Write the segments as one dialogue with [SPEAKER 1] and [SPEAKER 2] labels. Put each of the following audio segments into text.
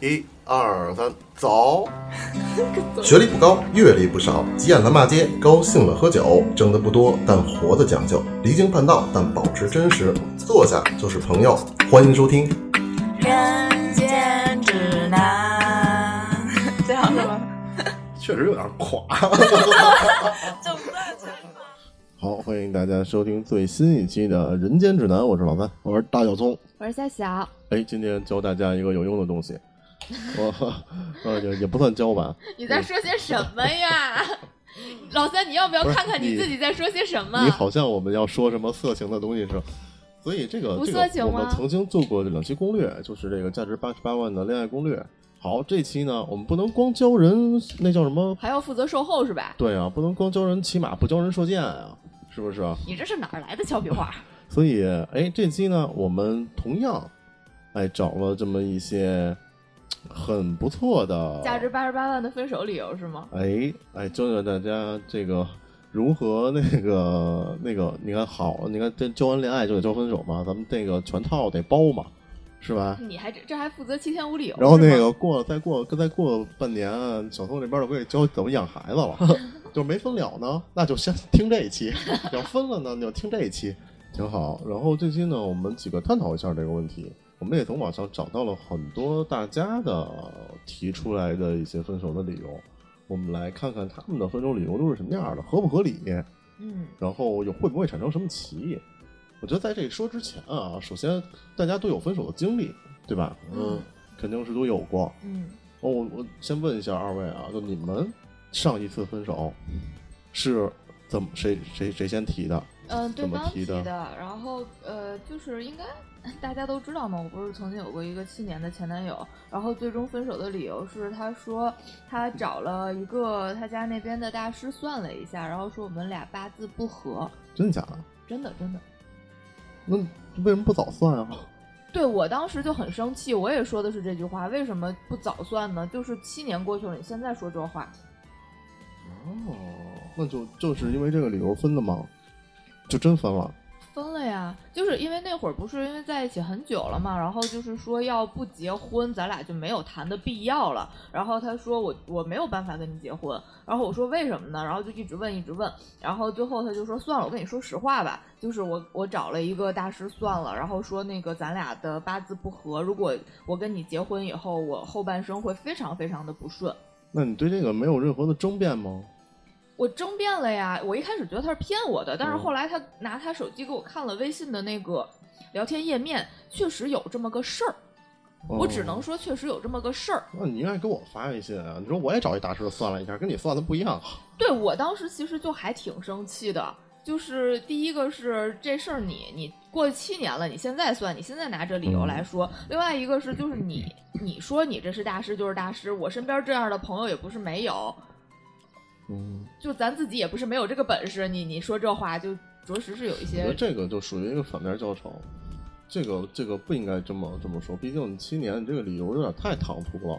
[SPEAKER 1] 一二三，走！
[SPEAKER 2] 学历不高，阅历不少，急眼了骂街，高兴了喝酒，挣得不多，但活得讲究，离经叛道，但保持真实，坐下就是朋友。欢迎收听，
[SPEAKER 3] 人间指 南，这样是吗？
[SPEAKER 1] 确实有点垮。
[SPEAKER 3] 就不断重
[SPEAKER 1] 好，欢迎大家收听最新一期的《人间指南》，我是老三，我是大小葱。
[SPEAKER 4] 我是夏小，
[SPEAKER 1] 哎，今天教大家一个有用的东西，我呃也也不算教吧，
[SPEAKER 4] 你在说些什 么呀？老三，你要不要
[SPEAKER 1] 不是
[SPEAKER 4] 看看你
[SPEAKER 1] 你
[SPEAKER 4] 自己在说些什么
[SPEAKER 1] 你？好像我们要说什么色情的东西是吧，所以这个
[SPEAKER 4] 不
[SPEAKER 1] 这
[SPEAKER 4] 色情
[SPEAKER 1] 个我们
[SPEAKER 4] 吗
[SPEAKER 1] 曾经做过两期攻略，就是这个价值八十八万的恋爱攻略。好，这期呢，我们不能光教人那叫什么？
[SPEAKER 4] 还要负责售后是吧？
[SPEAKER 1] 对啊，不能光教人骑马，不教人射箭啊，是不是啊？
[SPEAKER 4] 你这是哪儿来的俏皮话？
[SPEAKER 1] 所以，哎，这期呢，我们同样，哎，找了这么一些很不错的
[SPEAKER 4] 价值，八十八万的分手理由是吗？
[SPEAKER 1] 哎哎，教教大家这个如何那个那个，你看好，你看这交完恋爱就得交分手嘛，咱们这个全套得包嘛，是吧？
[SPEAKER 4] 你还这这还负责七天无理由？
[SPEAKER 1] 然后那
[SPEAKER 4] 是吗
[SPEAKER 1] 个过了再过再过半年，啊小宋这边儿都可以教怎么养孩子 了，就没分了呢，那就先 听这一期；要分了呢，你就听这一期，挺好。然后这期呢，我们几个探讨一下这个问题。我们也从网上找到了很多大家的提出来的一些分手的理由，我们来看看他们的分手理由都是什么样的，合不合理，
[SPEAKER 4] 嗯，
[SPEAKER 1] 然后有会不会产生什么歧义。我觉得在这说之前啊，首先大家都有分手的经历，对吧？
[SPEAKER 4] 嗯，
[SPEAKER 1] 肯定是都有过。
[SPEAKER 4] 嗯，
[SPEAKER 1] 哦，我我先问一下二位啊，就你们上一次分手是怎么谁谁谁先提的？
[SPEAKER 4] 嗯，对
[SPEAKER 1] 怎么
[SPEAKER 4] 方
[SPEAKER 1] 提
[SPEAKER 4] 提
[SPEAKER 1] 的？
[SPEAKER 4] 然后呃，就是应该大家都知道嘛，我不是曾经有过一个七年的前男友，然后最终分手的理由是他说他找了一个他家那边的大师算了一下，然后说我们俩八字不合，
[SPEAKER 1] 真的假的？
[SPEAKER 4] 真的真的。
[SPEAKER 1] 那为什么不早算啊？
[SPEAKER 4] 对我当时就很生气，我也说的是这句话，为什么不早算呢？就是七年过去了，你现在说这话，
[SPEAKER 1] 哦，那就就是因为这个理由分的吗？就真分了？
[SPEAKER 4] 分了呀，就是因为那会儿不是因为在一起很久了嘛，然后就是说要不结婚，咱俩就没有谈的必要了。然后他说我我没有办法跟你结婚，然后我说为什么呢？然后就一直问一直问，然后最后他就说算了，我跟你说实话吧，就是我我找了一个大师算了，然后说那个咱俩的八字不合，如果我跟你结婚以后，我后半生会非常非常的不顺。
[SPEAKER 1] 那你对这个没有任何的争辩吗？
[SPEAKER 4] 我争辩了呀，我一开始觉得他是骗我的，但
[SPEAKER 1] 嗯
[SPEAKER 4] 是后来他拿他手机给我看了微信的那个聊天页面，确实有这么个事儿。
[SPEAKER 1] 哦
[SPEAKER 4] 我只能，说确实有这么个事儿。
[SPEAKER 1] 那你应该给我发微信啊！你说我也找一大师算了一下，跟你算的不一样。
[SPEAKER 4] 对我当时其实就还挺生气的，就是第一个是这事儿你你过去七年了，你现在算，你现在拿这理由来
[SPEAKER 1] 嗯
[SPEAKER 4] 说；另外一个是就是你你说你这是大师就是大师，我身边这样的朋友也不是没有，
[SPEAKER 1] 嗯，
[SPEAKER 4] 就咱自己也不是没有这个本事。你你说这话就着实是有一
[SPEAKER 1] 我觉得
[SPEAKER 4] 些
[SPEAKER 1] 这个就属于一个反面教程，这个这个不应该这么这么说，毕竟你七年你这个理由有点太唐突了，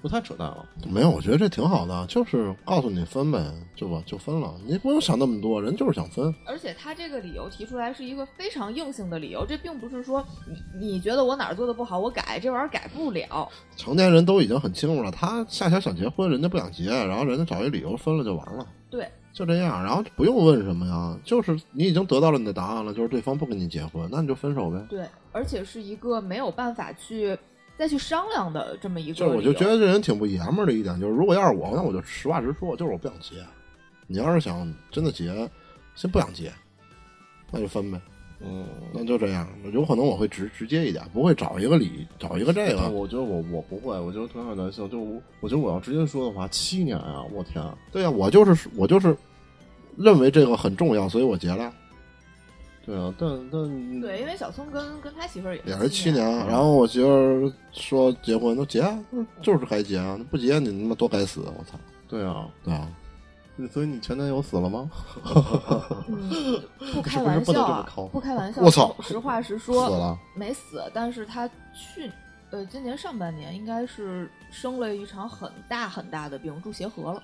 [SPEAKER 1] 不太扯淡了。
[SPEAKER 5] 没有，我觉得这挺好的，就是告诉你分呗，就吧，就分了，你不用想那么多，人就是想分。
[SPEAKER 4] 而且他这个理由提出来是一个非常硬性的理由，这并不是说你你觉得我哪儿做的不好，我改这玩意儿改不了。
[SPEAKER 5] 成年人都已经很清楚了，他夏夏想结婚，人家不想结，然后人家找一理由分了就完了，
[SPEAKER 4] 对，
[SPEAKER 5] 就这样，然后不用问什么呀，就是你已经得到了你的答案了，就是对方不跟你结婚，那你就分手呗。
[SPEAKER 4] 对，而且是一个没有办法去再去商量的这么一个理
[SPEAKER 5] 就是
[SPEAKER 4] 由。
[SPEAKER 5] 我就觉得这人挺不爷们儿的一点，就是如果要是我，那我就实话实说，就是我不想结。你要是想真的结，先不想结，那就分呗，
[SPEAKER 1] 嗯，
[SPEAKER 5] 那就这样。有可能我会直直接一点，不会找一个理，找一个这个
[SPEAKER 1] 但。我觉得我我不会，我觉得同样男性，就我我觉得我要直接说的话，七年啊，我天，
[SPEAKER 5] 对呀、我就是我就是认为这个很重要，所以我结了，
[SPEAKER 1] 对啊，但但
[SPEAKER 4] 对，因为小聪跟跟他媳妇儿也
[SPEAKER 5] 也
[SPEAKER 4] 是
[SPEAKER 5] 是啊七年。然后我媳妇儿说结婚，那结啊，那就是该结啊，不结你他妈多该死！我操，
[SPEAKER 1] 对啊，
[SPEAKER 5] 对啊，
[SPEAKER 1] 所以你前男友死了吗？
[SPEAKER 4] 嗯，
[SPEAKER 1] 是
[SPEAKER 4] 不开
[SPEAKER 1] 不是
[SPEAKER 4] 玩
[SPEAKER 1] 不能
[SPEAKER 4] 笑
[SPEAKER 1] 这么
[SPEAKER 4] 啊
[SPEAKER 1] 抠，
[SPEAKER 4] 不开玩笑，
[SPEAKER 5] 我操
[SPEAKER 4] 实话实
[SPEAKER 5] 死
[SPEAKER 4] 说，
[SPEAKER 5] 了，
[SPEAKER 4] 没死，但是他去呃今年上半年应该是生了一场很大很大的病，住协和了。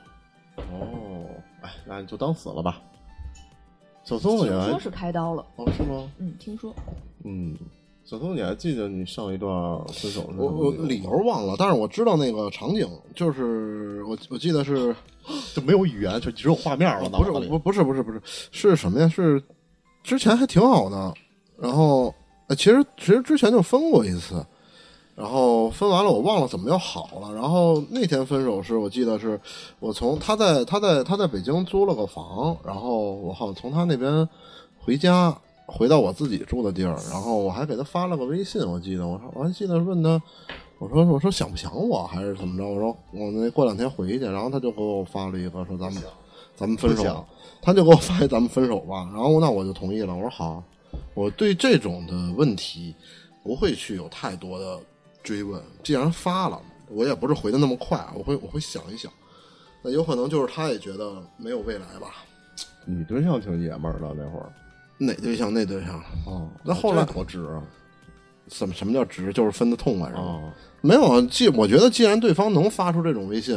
[SPEAKER 1] 哦，哎，那你就当死了吧。小松
[SPEAKER 4] 听
[SPEAKER 1] 也
[SPEAKER 4] 说是开刀了，
[SPEAKER 1] 哦是吗？
[SPEAKER 4] 嗯，听说。
[SPEAKER 1] 嗯，
[SPEAKER 5] 小松，你还记得你上一段分手的
[SPEAKER 1] 我我理由忘了，但是我知道那个场景，就是我我记得 是
[SPEAKER 5] 就没有语言，就只有画面了。
[SPEAKER 1] 不是
[SPEAKER 5] 脑子里
[SPEAKER 1] 不不是不是不是是什么呀？是之前还挺好的，然后、呃其实其实之前就分过一次，然后分完了我忘了怎么又好了。然后那天分手是我记得是我从他在他在他在北京租了个房，然后我好像从他那边回家。回到我自己住的地儿，然后我还给他发了个微信，我记得我说我还记得问他，我说我说想不想我还是怎么着？我说我那过两天回去，然后他就给我发了一个说咱们咱们分
[SPEAKER 5] 不
[SPEAKER 1] 手
[SPEAKER 5] 想，
[SPEAKER 1] 他就给我发一咱们分手吧，然后那我就同意了。我说好，我对这种的问题不会去有太多的追问。既然发了，我也不是回的那么快，我会我会想一想。那有可能就是他也觉得没有未来吧？
[SPEAKER 5] 你对象挺爷们儿的那会儿，
[SPEAKER 1] 哪对象那对象，
[SPEAKER 5] 哦，
[SPEAKER 1] 那后来
[SPEAKER 5] 这多直啊！
[SPEAKER 1] 什么什么叫值？就是分的痛啊快是吧？
[SPEAKER 5] 哦，
[SPEAKER 1] 没有，既我觉得既然对方能发出这种微信，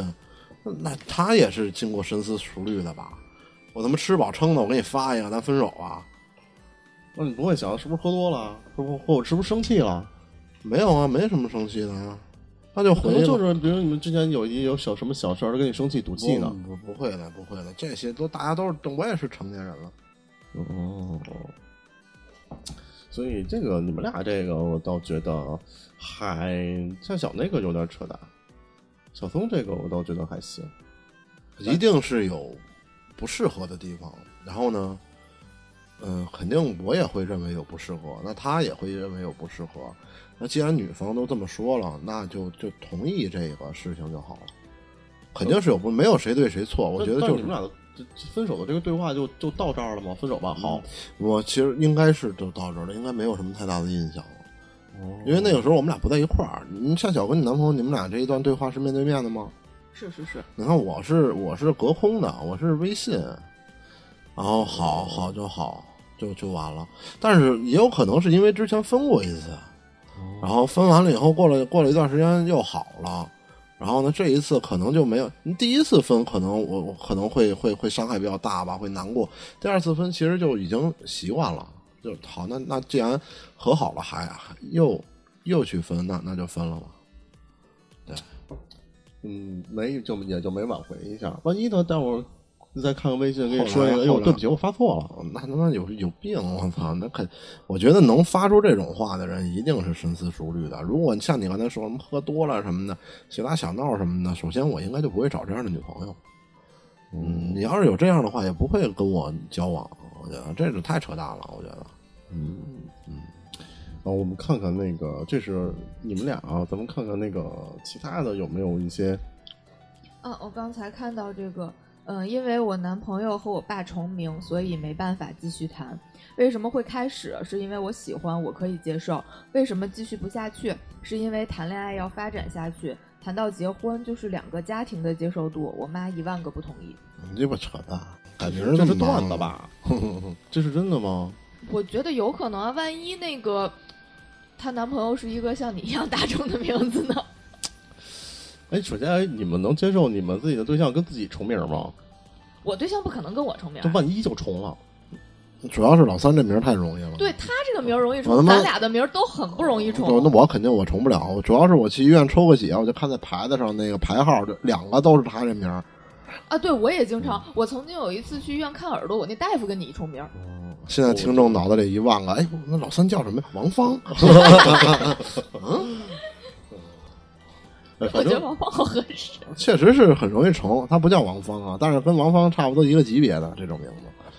[SPEAKER 1] 那那他也是经过深思熟虑的吧？我他妈吃饱撑的，我给你发一个，咱分手啊？
[SPEAKER 5] 那你不会想是不是喝多了，是不是或者是不是生气了？
[SPEAKER 1] 没有啊，没什么生气的啊，他就
[SPEAKER 5] 可
[SPEAKER 1] 回
[SPEAKER 5] 能
[SPEAKER 1] 了
[SPEAKER 5] 就是比如你们之前有一有小什么小事儿，他跟你生气赌气呢。
[SPEAKER 1] 不不不会的，不会的，这些都大家都是，我也是成年人了。
[SPEAKER 5] 哦，所以这个你们俩这个，我倒觉得还像小那个有点扯淡，小松这个我倒觉得还行。
[SPEAKER 1] 一定是有不适合的地方。然后呢，嗯，肯定我也会认为有不适合，那他也会认为有不适合。那既然女方都这么说了，那就就同意这个事情就好了。肯定是有不没有谁对谁错，我觉得
[SPEAKER 5] 但
[SPEAKER 1] 就
[SPEAKER 5] 但你
[SPEAKER 1] 是
[SPEAKER 5] 们俩的这这分手的这个对话就就到这儿了吗？分手吧，好。
[SPEAKER 1] 我其实应该是就到这儿了，应该没有什么太大的印象了。因为那个时候我们俩不在一块儿，你像小跟你男朋友，你们俩这一段对话是面对面的吗？
[SPEAKER 4] 是是是，
[SPEAKER 1] 你看我是我是隔空的，我是微信，然后好好就好就就完了。但是也有可能是因为之前分过一次，然后分完了以后过了过了一段时间又好了，然后呢这一次可能就没有，第一次分可能我我可能会会会伤害比较大吧，会难过。第二次分其实就已经习惯了，就好那那既然和好了还还又又去分，那那就分了吧。
[SPEAKER 5] 嗯，没就也就没挽回一下。万一他待会儿再看看微信，跟你说
[SPEAKER 1] 后
[SPEAKER 5] 一
[SPEAKER 1] 来
[SPEAKER 5] 个，
[SPEAKER 1] 后
[SPEAKER 5] 哟，
[SPEAKER 1] 来
[SPEAKER 5] 对不起，我发错了。
[SPEAKER 1] 哦那他妈有有病！我操，那肯，我觉得能发出这种话的人一定是深思熟虑的。如果像你刚才说什么喝多了什么的，小打小闹什么的，首先我应该就不会找这样的女朋友。嗯，你要是有这样的话，也不会跟我交往。我觉得这是太扯淡了。我觉得
[SPEAKER 5] 啊，我们看看嗯那个，这是你们俩啊，咱们看看那个其他的有没有一些
[SPEAKER 4] 啊，我刚才看到这个，嗯，因为我男朋友和我爸重名，所以没办法继续谈。为什么会开始？是因为我喜欢，我可以接受。为什么继续不下去？是因为谈恋爱要发展下去，谈到结婚就是两个家庭的接受度，我妈一万个不同意。
[SPEAKER 1] 你嗯鸡巴扯淡，感觉
[SPEAKER 5] 这
[SPEAKER 1] 这
[SPEAKER 5] 是
[SPEAKER 1] 么
[SPEAKER 5] 段子？吧？ 这是真的吗？
[SPEAKER 4] 我觉得有可能啊，万一那个她男朋友是一个像你一样大众的名字呢？
[SPEAKER 5] 哎，首先，哎，你们能接受你们自己的对象跟自己重名吗？
[SPEAKER 4] 我对啊象不可能跟我重名
[SPEAKER 5] 就
[SPEAKER 4] 儿，
[SPEAKER 5] 万一就重了，
[SPEAKER 1] 主要是老三这名儿太容易了。
[SPEAKER 4] 对他这个名儿容易
[SPEAKER 1] 我他
[SPEAKER 4] 重，
[SPEAKER 1] 妈
[SPEAKER 4] 咱俩的名儿都很不容易重。
[SPEAKER 1] 对，那我肯定我重不了。主要是我去医院抽个血，我就看在牌子上那个牌号，就两个都是他这名儿。
[SPEAKER 4] 啊，对，我也经
[SPEAKER 5] 嗯
[SPEAKER 4] 常，我曾经有一次去医院看耳朵，我那大夫跟你一重名儿，
[SPEAKER 1] 现
[SPEAKER 5] 哦
[SPEAKER 1] 在听众脑子里一万个，哎，那老三叫什么呀？王芳。
[SPEAKER 5] 哎
[SPEAKER 4] 我
[SPEAKER 5] 反
[SPEAKER 4] 觉得
[SPEAKER 5] 正
[SPEAKER 4] 王芳好合 适。
[SPEAKER 1] 确实是很容易重，他不叫王芳啊，但是跟王芳差不多一个级别的这种名字，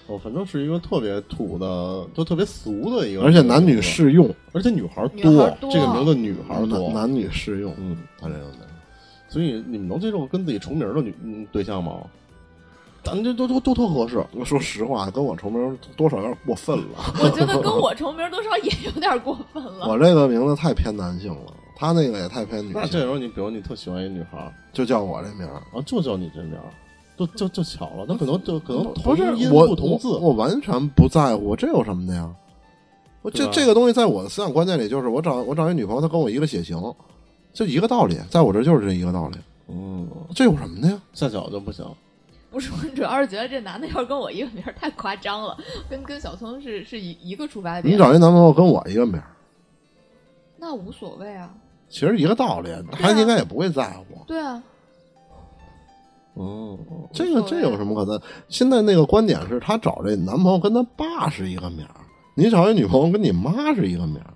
[SPEAKER 5] 我哦反正是一个特别土的，就特别俗的一个，
[SPEAKER 1] 而且男女，适用，
[SPEAKER 5] 而且女孩儿
[SPEAKER 4] 女
[SPEAKER 5] 多
[SPEAKER 4] 孩儿，多
[SPEAKER 5] 这个名字女孩儿
[SPEAKER 1] 男
[SPEAKER 5] 多，
[SPEAKER 1] 男女适用，
[SPEAKER 5] 嗯，
[SPEAKER 1] 他这种名字。
[SPEAKER 5] 所以你们能接受跟自己重名的女嗯对象吗？咱这都都都特合适，
[SPEAKER 1] 我说实话，跟我重名多少有点过分 了，
[SPEAKER 4] 我觉得跟我重名儿多少也有点过分了。
[SPEAKER 1] 我这个名字太偏男性了，他那个也太偏女
[SPEAKER 5] 那这
[SPEAKER 1] 性，
[SPEAKER 5] 时候你比如你特喜欢一女孩儿，
[SPEAKER 1] 就叫我这名儿。
[SPEAKER 5] 啊，就叫你这名儿，就就就巧了，那可能就可能
[SPEAKER 1] 不
[SPEAKER 5] 同
[SPEAKER 1] 是
[SPEAKER 5] 音
[SPEAKER 1] 我
[SPEAKER 5] 不同字，
[SPEAKER 1] 我，我完全不在乎，这有什么的呀？我
[SPEAKER 5] 对
[SPEAKER 1] 这
[SPEAKER 5] 吧
[SPEAKER 1] 这个东西在我的思想观念里，就是我找我找一女朋友，她跟我一个血型，就一个道理，在我这就是这一个道理，
[SPEAKER 5] 嗯，
[SPEAKER 1] 这有什么的呀？
[SPEAKER 5] 夏小就不行，
[SPEAKER 4] 不是，我主要是觉得这男的要是跟我一个名儿太夸张了，跟跟小聪是是一一个出发
[SPEAKER 1] 你
[SPEAKER 4] 点。
[SPEAKER 1] 找一男朋友跟我一个名儿，
[SPEAKER 4] 那无所谓啊。
[SPEAKER 1] 其实一个道理，他应该也不会在乎。
[SPEAKER 4] 对啊，
[SPEAKER 5] 嗯
[SPEAKER 1] 哦，这个
[SPEAKER 4] 无所
[SPEAKER 1] 这
[SPEAKER 4] 谓
[SPEAKER 1] 有什么可能？现在那个观点是，她找这男朋友跟她爸是一个名儿，你找一女朋友跟你妈是一个名儿。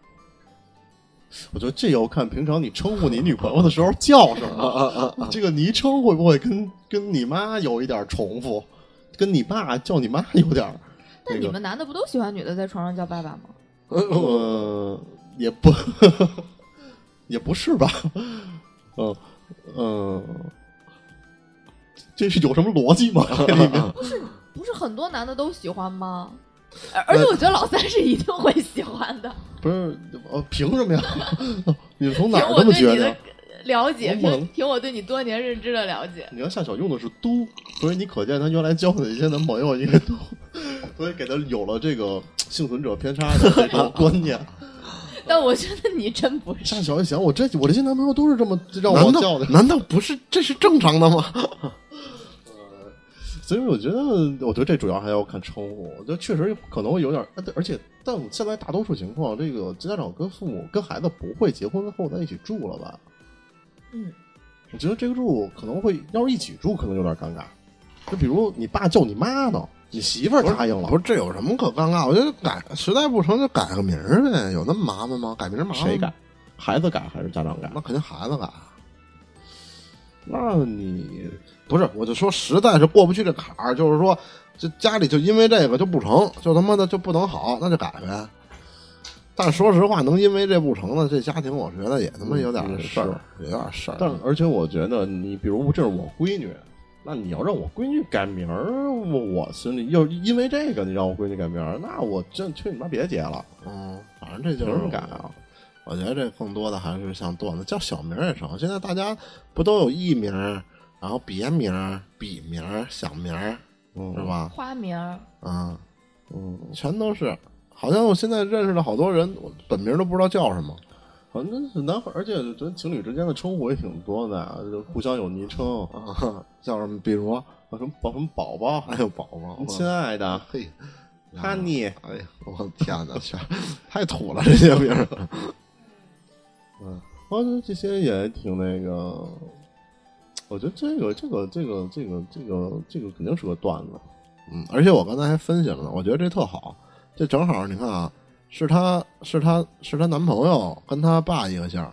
[SPEAKER 5] 我觉得这要看平常你称呼你女朋友的时候叫什 么，这个昵称会不会跟跟你妈有一点重复，跟你爸叫你妈有点儿
[SPEAKER 4] 那
[SPEAKER 5] 那
[SPEAKER 4] 你
[SPEAKER 5] 个，
[SPEAKER 4] 们男的不都喜欢女的在床上叫爸爸吗？
[SPEAKER 5] 呃，也不 也不是吧，嗯嗯，这是有什么逻辑吗？这里面
[SPEAKER 4] 不是很多男的都喜欢吗？而而且我觉得老三是一定会喜欢的，
[SPEAKER 5] 不是呃，凭什么呀？ 你从 哪
[SPEAKER 4] 凭
[SPEAKER 5] 儿
[SPEAKER 4] 我
[SPEAKER 5] 这么
[SPEAKER 4] 对
[SPEAKER 5] 觉
[SPEAKER 4] 你
[SPEAKER 5] 得
[SPEAKER 4] 的？了解，
[SPEAKER 5] 我猛
[SPEAKER 4] 凭凭我对你多年认知的了解，
[SPEAKER 5] 你看夏小用的是都，所以你可见她原来交的一些男朋友应该都，所以给她有了这个幸存者偏差的这种观 念。
[SPEAKER 4] 但我觉得你真不
[SPEAKER 5] 夏
[SPEAKER 4] 是。
[SPEAKER 5] 小一想，我这我这些男朋友都是这么让我
[SPEAKER 1] 难
[SPEAKER 5] 叫
[SPEAKER 1] 道
[SPEAKER 5] 的，
[SPEAKER 1] 难道不是这是正常的吗？
[SPEAKER 5] 所以我觉得，我觉得这主要还要看称呼，我觉得确实可能会有点，呃对而且但现在大多数情况，这个家长跟父母跟孩子不会结婚后在一起住了吧？
[SPEAKER 4] 嗯，
[SPEAKER 5] 我觉得这个住可能会要是一起住，可能有点尴尬。就比如你爸叫你妈呢，你媳妇儿答应了，
[SPEAKER 1] 不是，这有什么可尴尬？我觉得改实在不成就改个名儿呗，有那么麻烦吗？改名儿麻烦吗
[SPEAKER 5] 谁改？？孩子改还是家长改？
[SPEAKER 1] 那肯定孩子改。
[SPEAKER 5] 那你
[SPEAKER 1] 不是，我就说实在是过不去这坎儿，就是说，这家里就因为这个就不成，就他妈的就不能好，那就改呗。但说实话，能因为这不成的这家庭，我觉得也他妈有
[SPEAKER 5] 嗯
[SPEAKER 1] 点
[SPEAKER 5] 也
[SPEAKER 1] 事
[SPEAKER 5] 是
[SPEAKER 1] 儿，也有点事儿。
[SPEAKER 5] 但而且我觉得，你比如这是我闺女，那你要让我闺女改名儿，我我心里要因为这个你让我闺女改名儿，那我真去你妈别结了，
[SPEAKER 1] 嗯，反正这就
[SPEAKER 5] 凭
[SPEAKER 1] 是
[SPEAKER 5] 什么改啊？
[SPEAKER 1] 我觉得这更多的还是像段子，叫小名儿也成。现在大家不都有艺名儿，然后别名儿、笔名儿、小名儿，
[SPEAKER 5] 嗯
[SPEAKER 1] 是？吧？
[SPEAKER 4] 花名儿
[SPEAKER 1] 啊、
[SPEAKER 5] 嗯，
[SPEAKER 1] 全都是。好像我现在认识的好多人，我本名都不知道叫什么。
[SPEAKER 5] 反正是男孩，而且觉得情侣之间的称呼也挺多的啊，就互相有昵称，
[SPEAKER 1] 啊，叫什么？比如，
[SPEAKER 5] 什么宝什么宝宝，
[SPEAKER 1] 哎呦，宝宝，
[SPEAKER 5] 亲爱的，
[SPEAKER 1] 嘿，
[SPEAKER 5] 哈尼，
[SPEAKER 1] 哎呀，我的天哪，全 太土了，这些名儿。
[SPEAKER 5] 我觉得这些也挺那个。我觉得这个这个这个这个这个这个肯定是个段子，
[SPEAKER 1] 嗯，而且我刚才还分析了呢，我觉得这特好，这正好你看啊，是她是她是她男朋友跟她爸一个姓儿，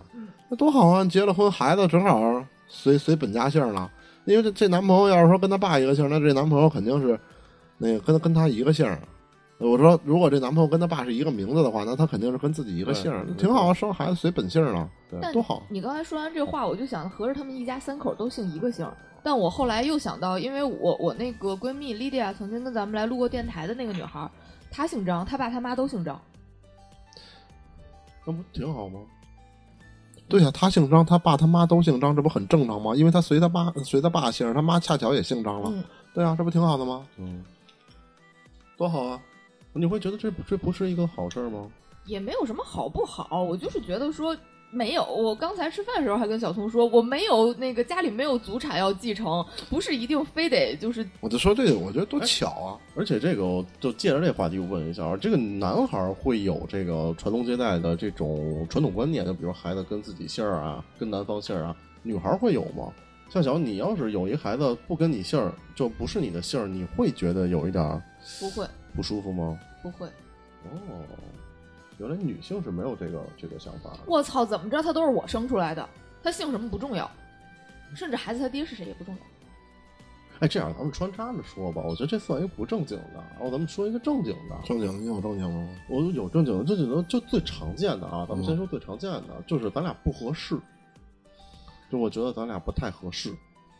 [SPEAKER 1] 那多好啊！结了婚，孩子正好随随本家姓儿了。因为这这男朋友要是说跟他爸一个姓儿，那这男朋友肯定是那个跟跟他一个姓儿。我说，如果这男朋友跟他爸是一个名字的话，那他肯定是跟自己一个姓儿，
[SPEAKER 5] 对
[SPEAKER 1] 挺好啊，生孩子随本姓儿了，
[SPEAKER 4] 但
[SPEAKER 1] 呃多好。啊
[SPEAKER 4] 你刚才说完这话，我就想，合着他们一家三口都姓一个姓儿。但我后来又想到，因为我我那个闺蜜 Lydia 曾经跟咱们来录过电台的那个女孩儿，她姓张，她爸她妈都姓张。
[SPEAKER 5] 那不挺好吗？
[SPEAKER 1] 对呀、他姓张，他爸他妈都姓张，这不很正常吗？因为他随他爸随他爸姓儿，他妈恰巧也姓张了。
[SPEAKER 4] 嗯，
[SPEAKER 1] 对啊，这不挺好的吗？
[SPEAKER 5] 嗯，
[SPEAKER 1] 多好啊！
[SPEAKER 5] 你会觉得这不这不是一个好事儿吗？
[SPEAKER 4] 也没有什么好不好，我就是觉得说没有。我刚才吃饭的时候还跟小聪说，我没有那个家里没有祖产要继承，不是一定非得就是
[SPEAKER 1] 我就说这个，我觉得
[SPEAKER 5] 哎
[SPEAKER 1] 多巧啊！
[SPEAKER 5] 而且这个，我就借着这话题问一下啊，这个男孩儿会有这个传宗接代的这种传统观念，就比如孩子跟自己姓儿啊，跟男方姓儿啊，女孩儿会有吗？夏小，你要是有一孩子不跟你姓儿，就不是你的姓儿，你会觉得有一点儿
[SPEAKER 4] 不会
[SPEAKER 5] 不舒服吗？
[SPEAKER 4] 不会。
[SPEAKER 5] 哦，原来女性是没有这个这个想法的。
[SPEAKER 4] 我操，怎么着他都是我生出来的，他姓什么不重要，甚至孩子他爹是谁也不重要。
[SPEAKER 5] 哎，这样咱们穿插着说吧，我觉得这算一个不正经的，然后咱们说一个正经的。
[SPEAKER 1] 正经，你有正经吗？
[SPEAKER 5] 我有正经的，正经的就最常见的啊，咱
[SPEAKER 1] 嗯
[SPEAKER 5] 们先说最常见的，就是咱俩不合适，就我觉得咱俩不太合适。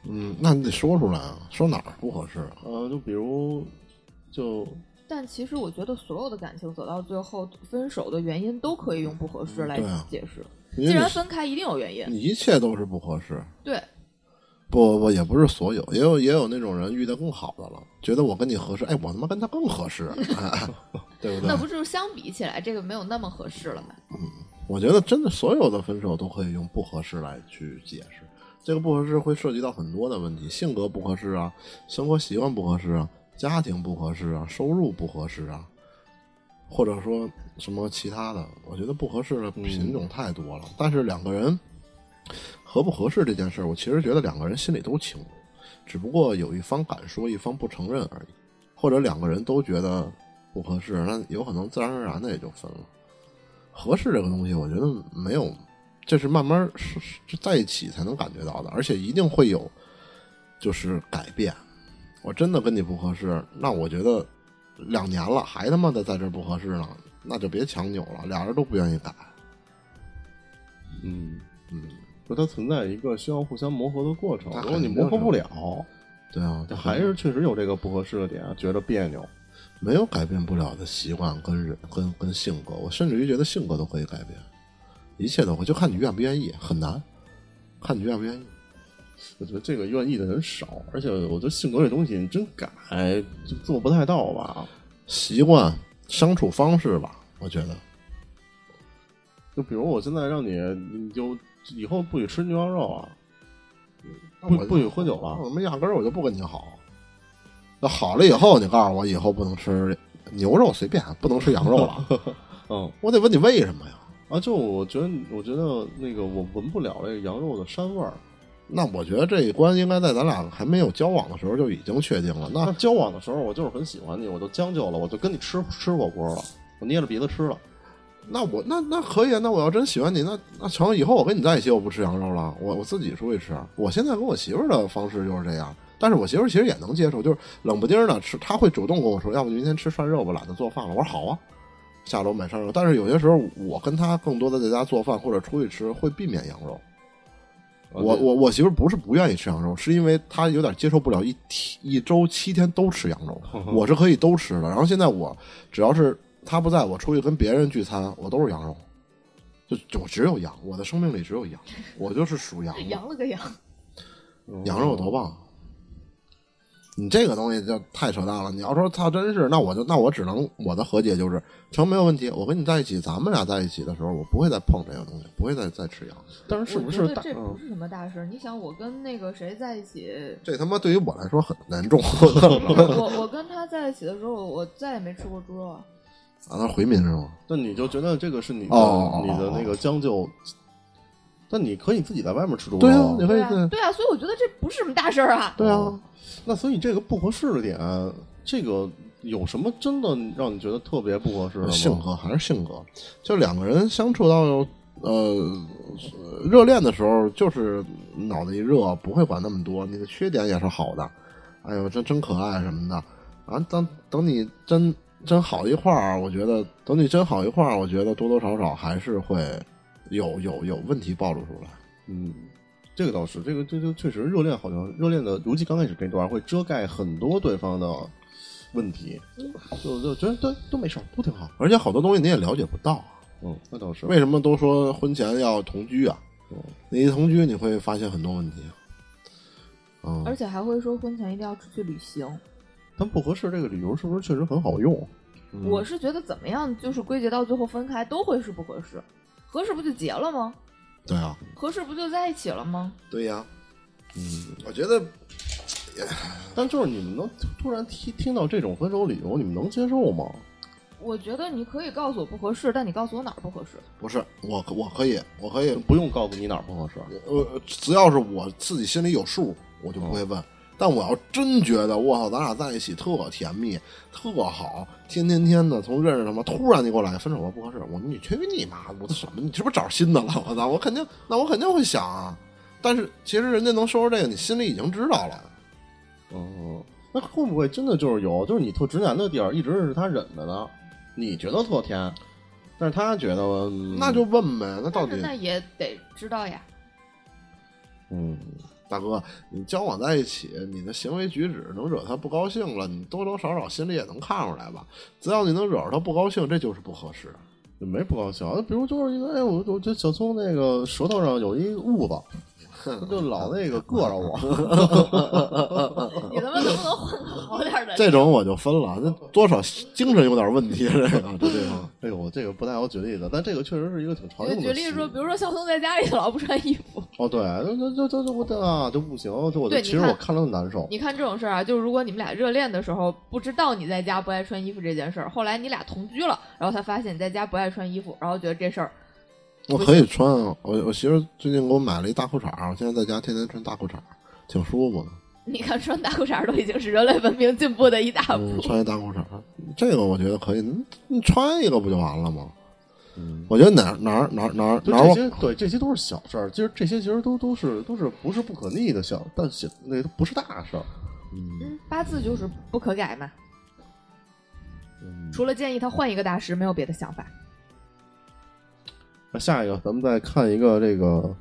[SPEAKER 1] 嗯，那你得说出来啊，说哪儿不合适啊？
[SPEAKER 5] 呃，就比如，就
[SPEAKER 4] 但其实我觉得所有的感情走到最后，分手的原因都可以用不合适来
[SPEAKER 1] 对啊
[SPEAKER 4] 解释。
[SPEAKER 1] 因
[SPEAKER 4] 既
[SPEAKER 1] 为
[SPEAKER 4] 然
[SPEAKER 1] 你
[SPEAKER 4] 分开，一定有原因。
[SPEAKER 1] 你一切都是不合适。
[SPEAKER 4] 对，
[SPEAKER 1] 不不不，也不是所有，也有也有那种人遇到更好的了，觉得我跟你合适，哎，我他妈跟他更合适，哎、对不对
[SPEAKER 4] 那？不就是相比起来，这个没有那么合适了吗？
[SPEAKER 1] 我觉得真的所有的分手都可以用不合适来去解释，这个不合适会涉及到很多的问题，性格不合适啊，生活习惯不合适啊，家庭不合适啊，收入不合适啊，或者说什么其他的，我觉得不合适的
[SPEAKER 5] 嗯
[SPEAKER 1] 品种太多了。但是两个人合不合适这件事儿，我其实觉得两个人心里都清楚，只不过有一方敢说，一方不承认而已，或者两个人都觉得不合适，那有可能自然而然的也就分了。合适这个东西，我觉得没有，这是慢慢是是在一起才能感觉到的，而且一定会有就是改变。我真的跟你不合适，那我觉得两年了还他妈的在这儿不合适呢，那就别强扭了，俩人都不愿意改。
[SPEAKER 5] 嗯嗯，就它存在一个需要互相磨合的过程
[SPEAKER 1] 那，
[SPEAKER 5] 如果你
[SPEAKER 1] 肯定
[SPEAKER 5] 磨合
[SPEAKER 1] 是
[SPEAKER 5] 不了，
[SPEAKER 1] 对啊，
[SPEAKER 5] 就还是确实有这个不合适的点，啊觉得别扭。
[SPEAKER 1] 没有改变不了的习惯跟人跟跟性格，我甚至于觉得性格都可以改变，一切都会，就看你愿不愿意，很难，看你愿不愿意。
[SPEAKER 5] 我觉得这个愿意的人少，而且我觉得性格这东西你真改就做不太到吧。
[SPEAKER 1] 习惯、相处方式吧，我觉得
[SPEAKER 5] 就比如我现在让你，你就以后不许吃牛羊肉啊，
[SPEAKER 1] 那
[SPEAKER 5] 不
[SPEAKER 1] 我
[SPEAKER 5] 不许喝酒了
[SPEAKER 1] 我。他妈压根儿我就不跟你好。那好了以后，你告诉我以后不能吃牛肉，随便不能吃羊肉 了，
[SPEAKER 5] 嗯
[SPEAKER 1] 我得问你为什么呀？
[SPEAKER 5] 啊，就我觉得，我觉得那个我闻不了这个羊肉的膻味儿。
[SPEAKER 1] 那我觉得这一关应该在咱俩还没有交往的时候就已经确定了。
[SPEAKER 5] 那
[SPEAKER 1] 那
[SPEAKER 5] 交往的时候，我就是很喜欢你，我就将就了，我就跟你吃吃火锅了，我捏着鼻子吃了。
[SPEAKER 1] 那我那那可以啊，那我要真喜欢你，那那成，以后我跟你在一起，我不吃羊肉了，我我自己出去吃。我现在跟我媳妇儿的方式就是这样，但是我媳妇儿其实也能接受，就是冷不丁儿的吃，她会主动跟我说，要不明天吃涮肉吧，懒得做饭了。我说好啊，下楼买涮肉。但是有些时候，我跟她更多的在家做饭或者出去吃，会避免羊肉。
[SPEAKER 5] 哦
[SPEAKER 1] 我我我媳妇儿不是不愿意吃羊肉，是因为她有点接受不了一天一周七天都吃羊肉。我是可以都吃的，然后现在我只要是她不在，我出去跟别人聚餐，我都是羊肉，就就只有羊，我的生命里只有羊，我就是属羊的，
[SPEAKER 4] 扬了个扬，
[SPEAKER 5] 嗯
[SPEAKER 1] 羊肉多棒！你这个东西就太扯淡了。你要说操，真是，那我就那我只能我的和解就是，成没有问题。我跟你在一起，咱们俩在一起的时候，我不会再碰这个东西，不会再再吃羊。
[SPEAKER 5] 但是是
[SPEAKER 4] 我
[SPEAKER 5] 不
[SPEAKER 4] 觉
[SPEAKER 5] 是
[SPEAKER 4] 得
[SPEAKER 5] 大？
[SPEAKER 4] 这不
[SPEAKER 5] 嗯
[SPEAKER 4] 是什么大事儿。你想，我跟那个谁在 一起，
[SPEAKER 1] 这他妈对于我来说很难 重。
[SPEAKER 4] 我我跟他在一起的时候，我再也没吃过猪肉啊。
[SPEAKER 1] 啊，那回民是吗？
[SPEAKER 5] 那你就觉得这个是你的、
[SPEAKER 1] 哦哦哦
[SPEAKER 5] 你的那个将就，但你可以自己在外面吃猪肉。
[SPEAKER 1] 对啊，你可
[SPEAKER 4] 对
[SPEAKER 1] 以
[SPEAKER 4] 啊，对啊，所以我觉得这不是什么大事儿啊。
[SPEAKER 1] 对啊
[SPEAKER 5] 哦，那所以这个不合适的点，这个有什么真的让你觉得特别不合适的吗？
[SPEAKER 1] 性格还是性格，就两个人相处到呃热恋的时候，就是脑袋一热，不会管那么多，你的缺点也是好的，哎呦，真真可爱什么的。啊，等等你真真好一块儿，我觉得等你真好一块儿，我觉得多多少少还是会有有有问题暴露出来。
[SPEAKER 5] 嗯，这个倒是，这个这就确实热恋好像热恋的，尤其刚开始这段会遮盖很多对方的问题，就就觉得对都没事儿，都挺好。
[SPEAKER 1] 而且好多东西你也了解不到啊、
[SPEAKER 5] 嗯，那倒是。
[SPEAKER 1] 为什么都说婚前要同居啊？
[SPEAKER 5] 嗯
[SPEAKER 1] 你一同居，你会发现很多问题。啊嗯，
[SPEAKER 4] 而且还会说婚前一定要出去旅行。
[SPEAKER 5] 但不合适这个理由是不是确实很好用？嗯
[SPEAKER 4] 我是觉得怎么样，就是归结到最后分开都会是不合适，合适不就结了吗？
[SPEAKER 1] 对啊，
[SPEAKER 4] 合适不就在一起了吗？
[SPEAKER 1] 对呀、嗯，我觉得
[SPEAKER 5] 但就是你们能突然听听到这种分手理由，你们能接受吗？
[SPEAKER 4] 我觉得你可以告诉我不合适，但你告诉我哪儿不合适。
[SPEAKER 1] 不是嗯我，我可以，我可以，
[SPEAKER 5] 不用告诉你哪儿不合适。
[SPEAKER 1] 呃，只要是我自己心里有数，我就不会问。但我要真觉得，我操，咱俩在一起特甜蜜，特好，天天天的，从认识他妈，突然你给我来分手了不合适，我说你去你妈的，我这什么？你是不是找新的了？我操，我肯定，那我肯定会想啊。但是其实人家能说出这个，你心里已经知道了。
[SPEAKER 5] 嗯，那会不会真的就是有，就是你特直男的地儿，一直是他忍着呢？你觉得特甜，但是他觉得、嗯
[SPEAKER 1] 那就问呗，那到
[SPEAKER 4] 但
[SPEAKER 1] 底
[SPEAKER 4] 是那也得知道呀。
[SPEAKER 5] 嗯，
[SPEAKER 1] 大哥，你交往在一起，你的行为举止能惹他不高兴了，你多多少少心里也能看出来吧。只要你能惹着他不高兴，这就是不合适。
[SPEAKER 5] 也没不高兴。那比如就是因为哎，我我这小聪那个舌头上有一痦子，他就老那个硌着我。
[SPEAKER 4] 你他妈能不能换个好点儿的？
[SPEAKER 1] 这种我就分了，这多少精神有点问题，这个这地方。
[SPEAKER 5] 哎呦，这个不太好举例子，但这个确实是一个挺常用的
[SPEAKER 4] 就
[SPEAKER 5] 习
[SPEAKER 4] 举
[SPEAKER 5] 惯。
[SPEAKER 4] 例说，比如说肖松在家里老不穿衣服，
[SPEAKER 5] 哦，对，就就就就就啊，就不行，就我就
[SPEAKER 4] 对
[SPEAKER 5] 其
[SPEAKER 4] 你
[SPEAKER 5] 实
[SPEAKER 4] 看
[SPEAKER 5] 我看着就难受。
[SPEAKER 4] 你看这种事儿啊，就是如果你们俩热恋的时候不知道你在家不爱穿衣服这件事儿，后来你俩同居了，然后他发现你在家不爱穿衣服，然后觉得这事儿
[SPEAKER 1] 我可以穿啊，我我媳妇儿最近给我买了一大裤衩儿，我现在在家天天穿大裤衩儿，挺舒服的。
[SPEAKER 4] 你看穿大裤衩儿都已经是人类文明进步的一大
[SPEAKER 1] 嗯，
[SPEAKER 4] 步。
[SPEAKER 1] 穿一大裤衩儿，这个我觉得可以，你你穿一个不就完了吗？我觉得哪儿哪儿哪儿哪儿
[SPEAKER 5] 就
[SPEAKER 1] 哪儿
[SPEAKER 5] 这
[SPEAKER 1] 我
[SPEAKER 5] 些，对这些都是小事儿，其实这些其实都都是都是不是不可逆的小，但小那都不是大事儿。
[SPEAKER 4] 嗯，八字就是不可改嘛。除了建议他换一个大师，没有别的想法。
[SPEAKER 5] 那下一个，咱们再看一个这个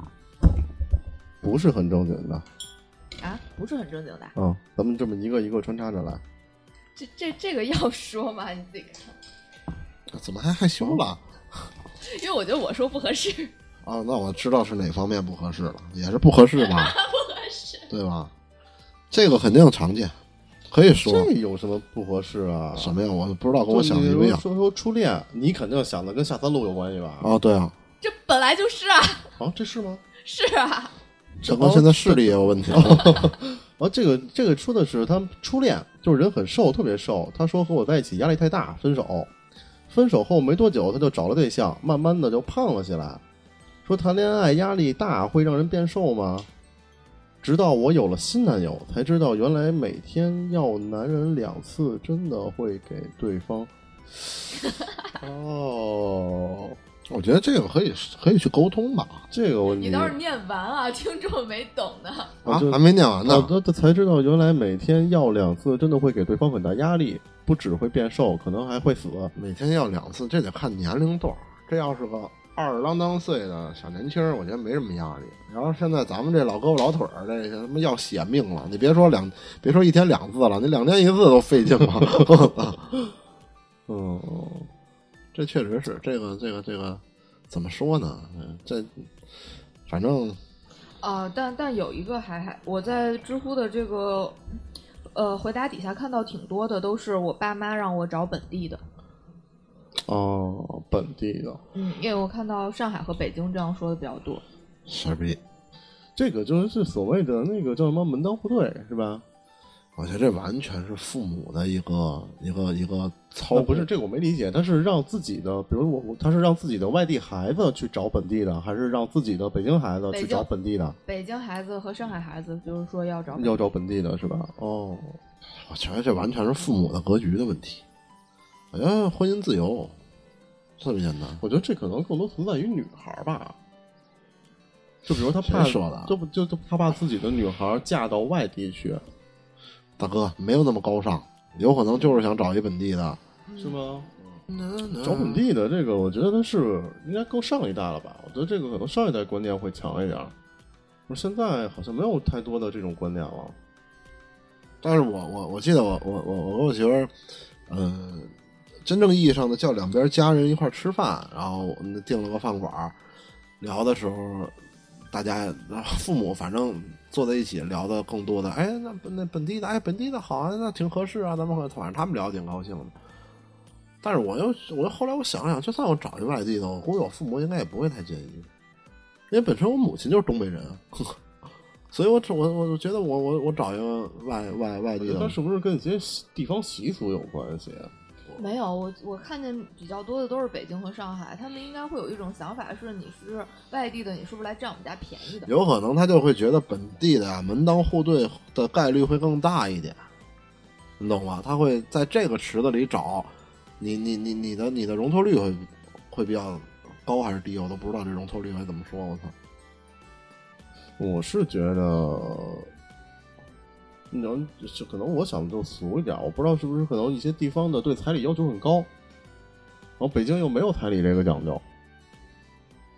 [SPEAKER 5] 不是很正经的
[SPEAKER 4] 啊，不是很正经的。
[SPEAKER 5] 啊，咱们这么一个一个穿插着来。
[SPEAKER 4] 这这这个要说吗？你自己看，
[SPEAKER 1] 怎么还害羞了？
[SPEAKER 4] 因为我觉得我说不合适。
[SPEAKER 1] 啊，那我知道是哪方面不合适了，也是不合适吧？不合适，对吧？这个肯定常见，可以说
[SPEAKER 5] 这有什么不合适啊？
[SPEAKER 1] 什么呀？我不知道跟
[SPEAKER 5] 就
[SPEAKER 1] 我
[SPEAKER 5] 你
[SPEAKER 1] 想的一不一样
[SPEAKER 5] 说说初恋，你肯定想的跟下三路有关系吧？
[SPEAKER 1] 啊？对啊，
[SPEAKER 4] 这本来就是啊，
[SPEAKER 5] 啊，这是吗？
[SPEAKER 4] 是啊，
[SPEAKER 1] 小光现在视力也有问题
[SPEAKER 5] 哦
[SPEAKER 1] 了。
[SPEAKER 5] 啊，这个这个说的是他们初恋，就是人很瘦，特别瘦。他说和我在一起压力太大，分手。分手后没多久，他就找了对象，慢慢的就胖了起来。说谈恋爱压力大会让人变瘦吗？直到我有了新男友，才知道原来每天要男人两次，真的会给对 方。哦，
[SPEAKER 1] 我觉得这个可以可以去沟通吧。
[SPEAKER 5] 这个我
[SPEAKER 4] 你倒是念完啊，听众没懂的。
[SPEAKER 5] 我
[SPEAKER 1] 啊
[SPEAKER 5] 哦就，
[SPEAKER 1] 还没念完呢。
[SPEAKER 5] 我这才知道，原来每天要两次，真的会给对方很大压力，不只会变瘦，可能还会死。
[SPEAKER 1] 每天要两次，这得看年龄段儿。这要是个二郎当岁的小年轻儿，我觉得没什么压力。然后现在咱们这老胳膊老腿儿，这他妈要血命了。你别说两，别说一天两次了，你两天一次都费劲 了。
[SPEAKER 5] 嗯，
[SPEAKER 1] 这确实是这个这个这个，怎么说呢？嗯这反正
[SPEAKER 4] 啊，但但有一个还还，我在知乎的这个呃回答底下看到挺多的，都是我爸妈让我找本地的。
[SPEAKER 5] 哦，本地的
[SPEAKER 4] 嗯，因为我看到上海和北京这样说的比较多。
[SPEAKER 1] 事逼，
[SPEAKER 5] 这个就是所谓的那个叫什么门当户对，是吧？
[SPEAKER 1] 我觉得这完全是父母的一个一个一个操
[SPEAKER 5] 哦，
[SPEAKER 1] 控。
[SPEAKER 5] 不是，这个我没理解，他是让自己的，比如我我，他是让自己的外地孩子去找本地的，还是让自己的北京孩子
[SPEAKER 4] 北
[SPEAKER 5] 去
[SPEAKER 4] 京
[SPEAKER 5] 找本地的？
[SPEAKER 4] 北京孩子和上海孩子，就是说要找本地
[SPEAKER 5] 要找本地的是吧？哦，
[SPEAKER 1] 我觉得这完全是父母的格局的问题。我觉得婚姻自由特别简单。
[SPEAKER 5] 我觉得这可能更多存在于女孩儿吧。就比如他
[SPEAKER 1] 谁
[SPEAKER 5] 怕
[SPEAKER 1] 说的啊
[SPEAKER 5] 就不就就他怕自己的女孩儿嫁到外地去，
[SPEAKER 1] 大哥没有那么高尚，有可能就是想找一本地的。
[SPEAKER 5] 是吗？
[SPEAKER 1] 嗯
[SPEAKER 5] 找
[SPEAKER 1] 找
[SPEAKER 5] 本
[SPEAKER 1] 本地
[SPEAKER 5] 地的这个，我觉得他是应该更上一代了吧？我觉得这个可能上一代观念会强一点儿。我现在好像没有太多的这种观念了。
[SPEAKER 1] 但是我我我记得我我我我跟我媳妇儿，嗯、真正意义上的叫两边家人一块儿吃饭，然后我们订了个饭馆儿，聊的时候，大家父母反正坐在一起聊的更多的，哎，那那本地的，哎，本地的好啊，那挺合适啊，咱们反正他们聊得挺高兴的。但是我又我又后来我想想，就算我找一外地的，我估计我父母应该也不会太介意，因为本身我母亲就是东北人，啊 所以我只我我我觉得我我我找一个外外外
[SPEAKER 5] 我
[SPEAKER 1] 地
[SPEAKER 5] 觉
[SPEAKER 1] 的
[SPEAKER 5] 得它，是不是跟一些习地方习俗有关系？啊
[SPEAKER 4] 没有，我我看见比较多的都是北京和上海，他们应该会有一种想法是你是外地的，你是不是来占我们家便宜的？
[SPEAKER 1] 有可能他就会觉得本地的啊门当户对的概率会更大一点，你懂吗？他会在这个池子里找你，你你你的你的容错率会会比较高还是低？我都不知道这容错率该怎么说。我操，
[SPEAKER 5] 我是觉得，你能就可能我想的就俗一点，我不知道是不是可能一些地方的对彩礼要求很高，然后北京又没有彩礼这个讲究。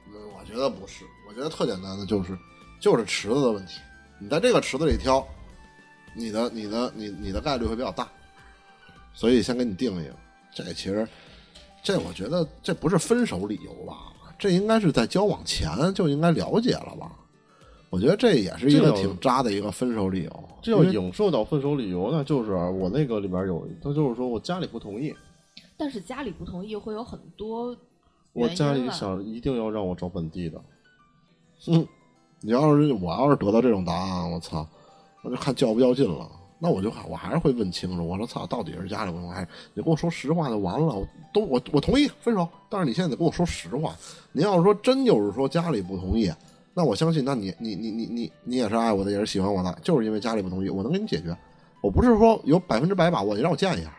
[SPEAKER 1] 嗯我觉得不是，我觉得特简单的就是就是池子的问题。你在这个池子里挑，你的你的你你的概率会比较大，所以先给你定一个。这其实这我觉得这不是分手理由吧？这应该是在交往前就应该了解了吧？我觉得这也是一
[SPEAKER 5] 这
[SPEAKER 1] 个
[SPEAKER 5] 种
[SPEAKER 1] 挺渣的一个分手理由。
[SPEAKER 5] 这要
[SPEAKER 1] 因为
[SPEAKER 5] 影射到分手理由呢，就是我那个里边有，他就是说我家里不同意，
[SPEAKER 4] 但是家里不同意会有很多
[SPEAKER 5] 我
[SPEAKER 4] 原因
[SPEAKER 5] 家里
[SPEAKER 4] 了
[SPEAKER 5] 想一定要让我找本地的，
[SPEAKER 1] 你要是我要是得到这种答案，我操，我就看较不较劲了。那我就还我还是会问清楚，我说操，到底是家里不同意还是你跟我说实话就完了？我都我我同意分手，但是你现在得跟我说实话。您要是说真就是说家里不同意，那我相信，那你你你你你你也是爱我的，也是喜欢我的，就是因为家里不同意，我能给你解决。我不是说有百分之百把握，你让我见一下，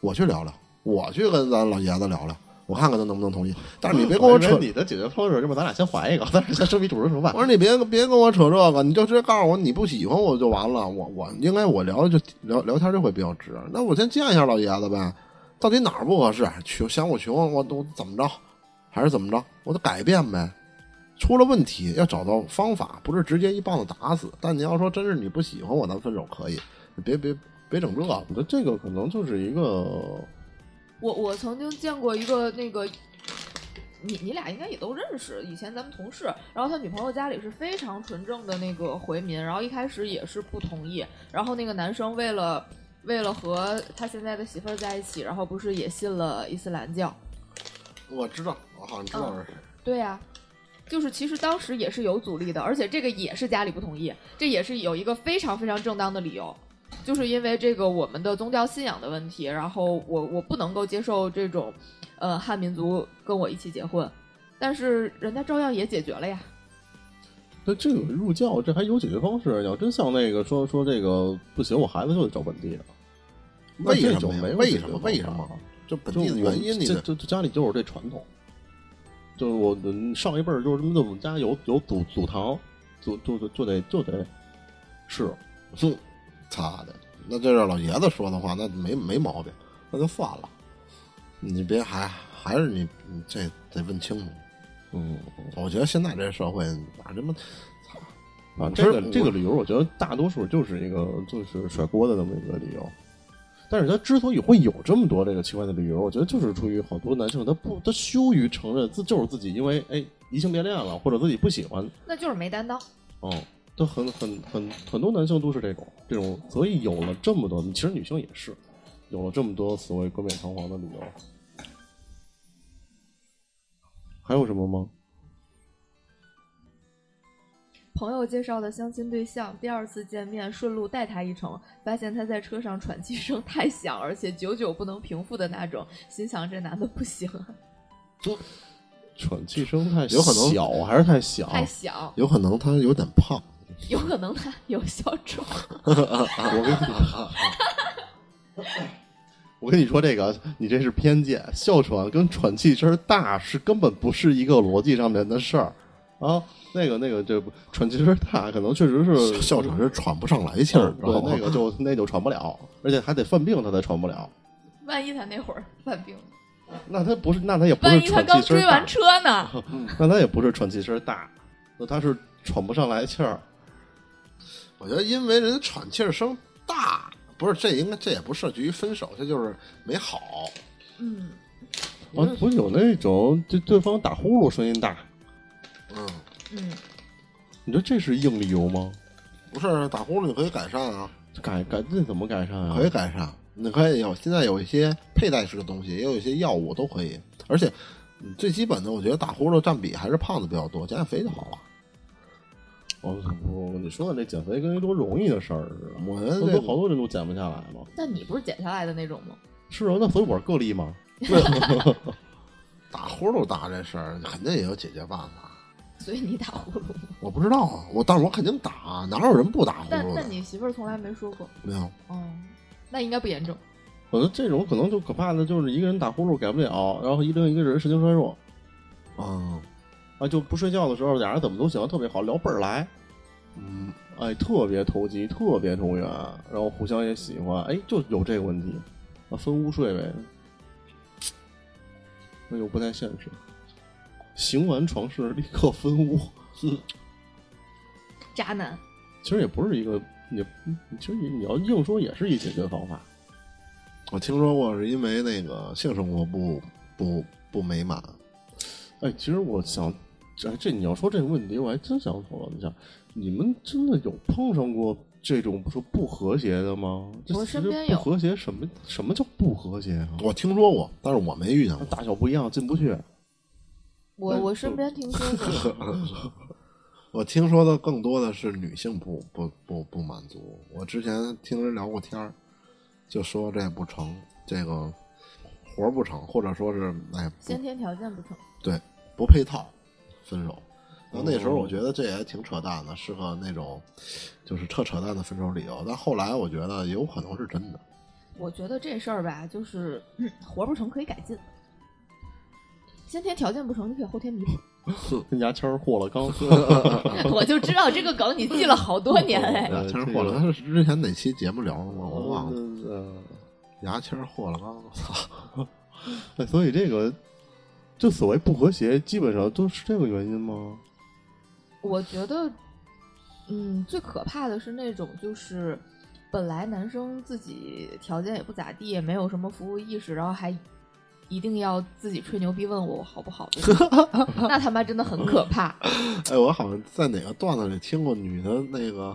[SPEAKER 1] 我去聊聊，我去跟咱老爷子聊聊，我看看他能不能同意。但是啊你别跟我
[SPEAKER 5] 我以
[SPEAKER 1] 扯
[SPEAKER 5] 嗯为，你的解决方式就是咱俩先怀一个，咱俩先生米煮成熟 饭
[SPEAKER 1] 我。说你别别跟我扯这个，你就直接告诉我你不喜欢我就完了。我我应该我聊就聊聊天就会比较直。那我先见一下老爷子呗，到底哪儿不合适？穷嫌我穷，我我怎么着，还是怎么着？我得改变呗。出了问题要找到方法，不是直接一棒子打死。但你要说真是你不喜欢我，咱分手可以，你别别别整这个。
[SPEAKER 5] 我觉得这个可能就是一个
[SPEAKER 4] 我我曾经见过一个那个，你你俩应该也都认识，以前咱们同事。然后他女朋友家里是非常纯正的那个回民，然后一开始也是不同意。然后那个男生为了为了和他现在的媳妇儿在一起，然后不是也信了伊斯兰教？
[SPEAKER 1] 我知道，我好像知
[SPEAKER 4] 道
[SPEAKER 1] 是谁。
[SPEAKER 4] 对呀、就是其实当时也是有阻力的，而且这个也是家里不同意，这也是有一个非常非常正当的理由，就是因为这个我们的宗教信仰的问题，然后我我不能够接受这种，呃汉民族跟我一起结婚，但是人家照样也解决了呀。
[SPEAKER 5] 那这个入教，这还有解决方式。你要真像那个说说这个不行，我孩子就得找本地的，那
[SPEAKER 1] 为
[SPEAKER 5] 这
[SPEAKER 1] 什
[SPEAKER 5] 就
[SPEAKER 1] 么呀
[SPEAKER 5] 没有
[SPEAKER 1] 为
[SPEAKER 5] 解
[SPEAKER 1] 什
[SPEAKER 5] 决
[SPEAKER 1] 么
[SPEAKER 5] 方
[SPEAKER 1] 为
[SPEAKER 5] 法
[SPEAKER 1] 什么
[SPEAKER 5] 啊
[SPEAKER 1] 就本
[SPEAKER 5] 就
[SPEAKER 1] 地的
[SPEAKER 5] 我
[SPEAKER 1] 原因，你
[SPEAKER 5] 这
[SPEAKER 1] 得
[SPEAKER 5] 这这家里就是有这传统，就我嗯上一辈儿就是这么，我们家有有祖祖堂，祖就就就得就得是，
[SPEAKER 1] 哼，擦的，那这是老爷子说的话，那没没毛病，那就算了。你别还还是你你这得问清楚。
[SPEAKER 5] 嗯，
[SPEAKER 1] 我觉得现在这社会哪这么操
[SPEAKER 5] 啊，
[SPEAKER 1] 不
[SPEAKER 5] 这
[SPEAKER 1] 是
[SPEAKER 5] 个
[SPEAKER 1] 嗯我
[SPEAKER 5] 这个理由，我觉得大多数就是一个就是甩锅的这么一个理由。但是他之所以会有这么多这个奇怪的理由，我觉得就是出于好多男性他不他羞于承认自就是自己因为哎移情别恋了，或者自己不喜欢，
[SPEAKER 4] 那就是没担当，
[SPEAKER 5] 哦，
[SPEAKER 1] 嗯
[SPEAKER 5] 都很很很很多男性都是这种这种，所以有了这么多，其实女性也是有了这么多所谓冠冕堂皇的理由。还有什么吗？
[SPEAKER 4] 朋友介绍的相亲对象，第二次见面顺路带他一程，发现他在车上喘气声太响，而且久久不能平复的那种，心想这男的不行啊，
[SPEAKER 5] 喘气声太
[SPEAKER 1] 有可能
[SPEAKER 5] 小还是太响？
[SPEAKER 4] 太响。
[SPEAKER 1] 有可能他有点胖，
[SPEAKER 4] 有可能他 有小丑，
[SPEAKER 5] 啊我跟你说，啊 我跟你说这个，你这是偏见。哮喘跟喘气声大是根本不是一个逻辑上面的事儿啊。那个那个，这不喘气声大可能确实是
[SPEAKER 1] 哮喘是喘不上来气儿，知道
[SPEAKER 5] 哦嗯对，
[SPEAKER 1] 吗
[SPEAKER 5] 那个 就那就传不了，而且还得犯病，他才传不了。
[SPEAKER 4] 万一他那会儿犯病，
[SPEAKER 5] 那他不是，那他也不
[SPEAKER 4] 万
[SPEAKER 5] 是
[SPEAKER 4] 一他
[SPEAKER 5] 喘
[SPEAKER 4] 刚
[SPEAKER 5] 气声
[SPEAKER 4] 追完
[SPEAKER 5] 大，
[SPEAKER 4] 车呢？
[SPEAKER 5] 那他也不是喘气声大，那他是喘不上来气儿。
[SPEAKER 1] 我觉得因为人家喘气儿声大，不是这应该这也不涉及于分手，这就是没好。
[SPEAKER 4] 嗯，
[SPEAKER 5] 啊，不是有那种对对方打呼噜声音大，
[SPEAKER 1] 嗯，
[SPEAKER 4] 嗯，
[SPEAKER 5] 你说这是硬理由吗？
[SPEAKER 1] 不是打呼噜你可以改善啊，
[SPEAKER 5] 改改这怎么改善啊？
[SPEAKER 1] 可以改善，你可以有现在有一些佩戴式的东西，也有一些药物都可以。而且嗯最基本的，我觉得打呼噜占比还是胖子比较多，减减肥就啊好了。
[SPEAKER 5] 哦，不，你说的这减肥跟一多容易的事儿似的，
[SPEAKER 1] 我觉
[SPEAKER 5] 那
[SPEAKER 1] 得
[SPEAKER 5] 不
[SPEAKER 1] 这
[SPEAKER 5] 好多人都减不下来吗？
[SPEAKER 4] 那你不是减下来的那种吗？
[SPEAKER 5] 是啊，那所以我是个例嘛。
[SPEAKER 1] 打呼噜大这事儿肯定也有解决办法。
[SPEAKER 4] 所以你打呼噜吗？
[SPEAKER 1] 我不知道啊，我但是我肯定打，啊哪有人不打呼
[SPEAKER 4] 但
[SPEAKER 1] 噜
[SPEAKER 4] 但
[SPEAKER 1] 的？
[SPEAKER 4] 你媳妇儿从来没说过，
[SPEAKER 1] 没有，
[SPEAKER 4] 哦，那应该不严重。
[SPEAKER 5] 我觉得这种可能就可怕的就是一个人打呼噜改不了，然后一另一个人神经衰弱
[SPEAKER 1] 嗯
[SPEAKER 5] 啊，就不睡觉的时候俩人怎么都行，特别好，聊倍儿来，
[SPEAKER 1] 嗯，
[SPEAKER 5] 哎，特别投机，特别投缘，然后互相也喜欢，哎，就有这个问题，啊，分屋睡呗，那又不太现实。行完床事立刻分屋，
[SPEAKER 4] 渣男，
[SPEAKER 5] 其实也不是一个，也其实你要硬说也是一解决方法。
[SPEAKER 1] 我听说过是因为那个性生活不不不美满，
[SPEAKER 5] 哎，其实我想这这你要说这个问题，我还真想讨论一下，你们真的有碰上过这种说不和谐的吗？这
[SPEAKER 4] 我
[SPEAKER 5] 其实
[SPEAKER 4] 身边有
[SPEAKER 5] 不和谐，什么什么叫不和谐啊？
[SPEAKER 1] 我听说过，但是我没遇见过。
[SPEAKER 5] 大小不一样，进不去。
[SPEAKER 4] 我我身边听说过，
[SPEAKER 1] 我听说的更多的是女性不不不不满足。我之前听人聊过天儿，就说这不成，这个活儿不成，或者说是哎不
[SPEAKER 4] 先天条件不成，
[SPEAKER 1] 对不配套分手。然后那时候我觉得这也挺扯淡的，是个那种就是特扯淡的分手理由。但后来我觉得也有可能是真的。
[SPEAKER 4] 我觉得这事儿吧，就是、嗯活不成可以改进，先天条件不成，你可以后天弥补。
[SPEAKER 5] 跟牙签儿和了刚，
[SPEAKER 1] 呃
[SPEAKER 4] 我就知道这个梗你记了好多年哎，
[SPEAKER 1] 牙签儿
[SPEAKER 5] 这
[SPEAKER 1] 豁
[SPEAKER 5] 个
[SPEAKER 1] 了，他是之前哪期节目聊了吗？ 我忘了。
[SPEAKER 5] 了。
[SPEAKER 1] 牙签儿豁了刚，操！
[SPEAKER 5] 那哎所以这个，就所谓不和谐，基本上都是这个原因吗？
[SPEAKER 4] 我觉得，嗯，最可怕的是那种就是。本来男生自己条件也不咋地，也没有什么服务意识，然后还一定要自己吹牛逼问我好不好，这种 那他妈真的很可怕。
[SPEAKER 1] 哎，我好像在哪个段子里听过女的那个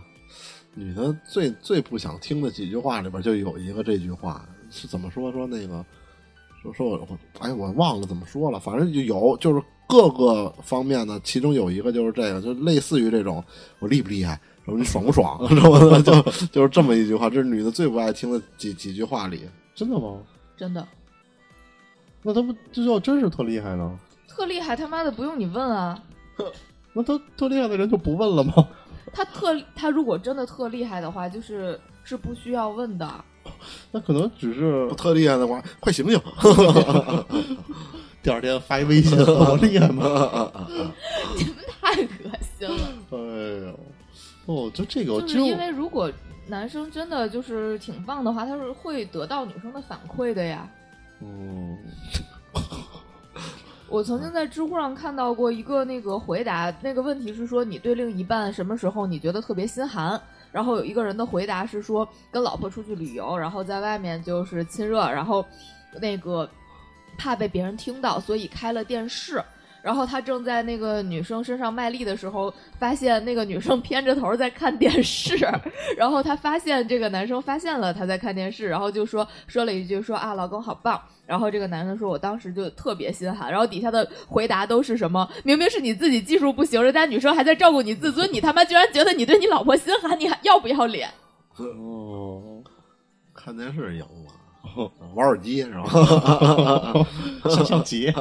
[SPEAKER 1] 女的最最不想听的几句话里边就有一个这句话是怎么说？说那个说说我我哎我忘了怎么说了，反正就有就是各个方面的，其中有一个就是这个，就类似于这种我厉不厉害，然后你爽不爽， 然后呢就就是这么一句话，这是女的最不爱听的几几句话里。
[SPEAKER 5] 真的吗？
[SPEAKER 4] 真的
[SPEAKER 5] 那他不这要真是特厉害呢？
[SPEAKER 4] 特厉害，他妈的不用你问啊！
[SPEAKER 5] 那他特厉害的人就不问了吗？
[SPEAKER 4] 他特他如果真的特厉害的话，就是是不需要问的。
[SPEAKER 5] 那可能只是
[SPEAKER 1] 我特厉害的话，快醒醒！
[SPEAKER 5] 第二天发一微信， 我厉害吗？
[SPEAKER 4] 你们太恶心了！
[SPEAKER 5] 哎呦，哦，就这个，
[SPEAKER 4] 就是
[SPEAKER 5] 就
[SPEAKER 4] 因为如果男生真的就是挺棒的话，他是会得到女生的反馈的呀。
[SPEAKER 5] 嗯，
[SPEAKER 4] 我曾经在知乎上看到过一个那个回答，那个问题是说你对另一半什么时候你觉得特别心寒？然后有一个人的回答是说跟老婆出去旅游，然后在外面就是亲热，然后那个怕被别人听到，所以开了电视。然后他正在那个女生身上卖力的时候，发现那个女生 偏着头在看电视，然后他发现这个男生发现了他在看电视，然后就说说了一句说啊老公好棒，然后这个男生说我当时就特别心寒，然后底下的回答都是什么明明是你自己技术不行，人家女生还在照顾你自尊，你他妈居然觉得你对你老婆心寒，你还要不要脸？
[SPEAKER 5] 哦，
[SPEAKER 1] 看电视啊赢了， 玩手机是吧？
[SPEAKER 5] 上哦象棋，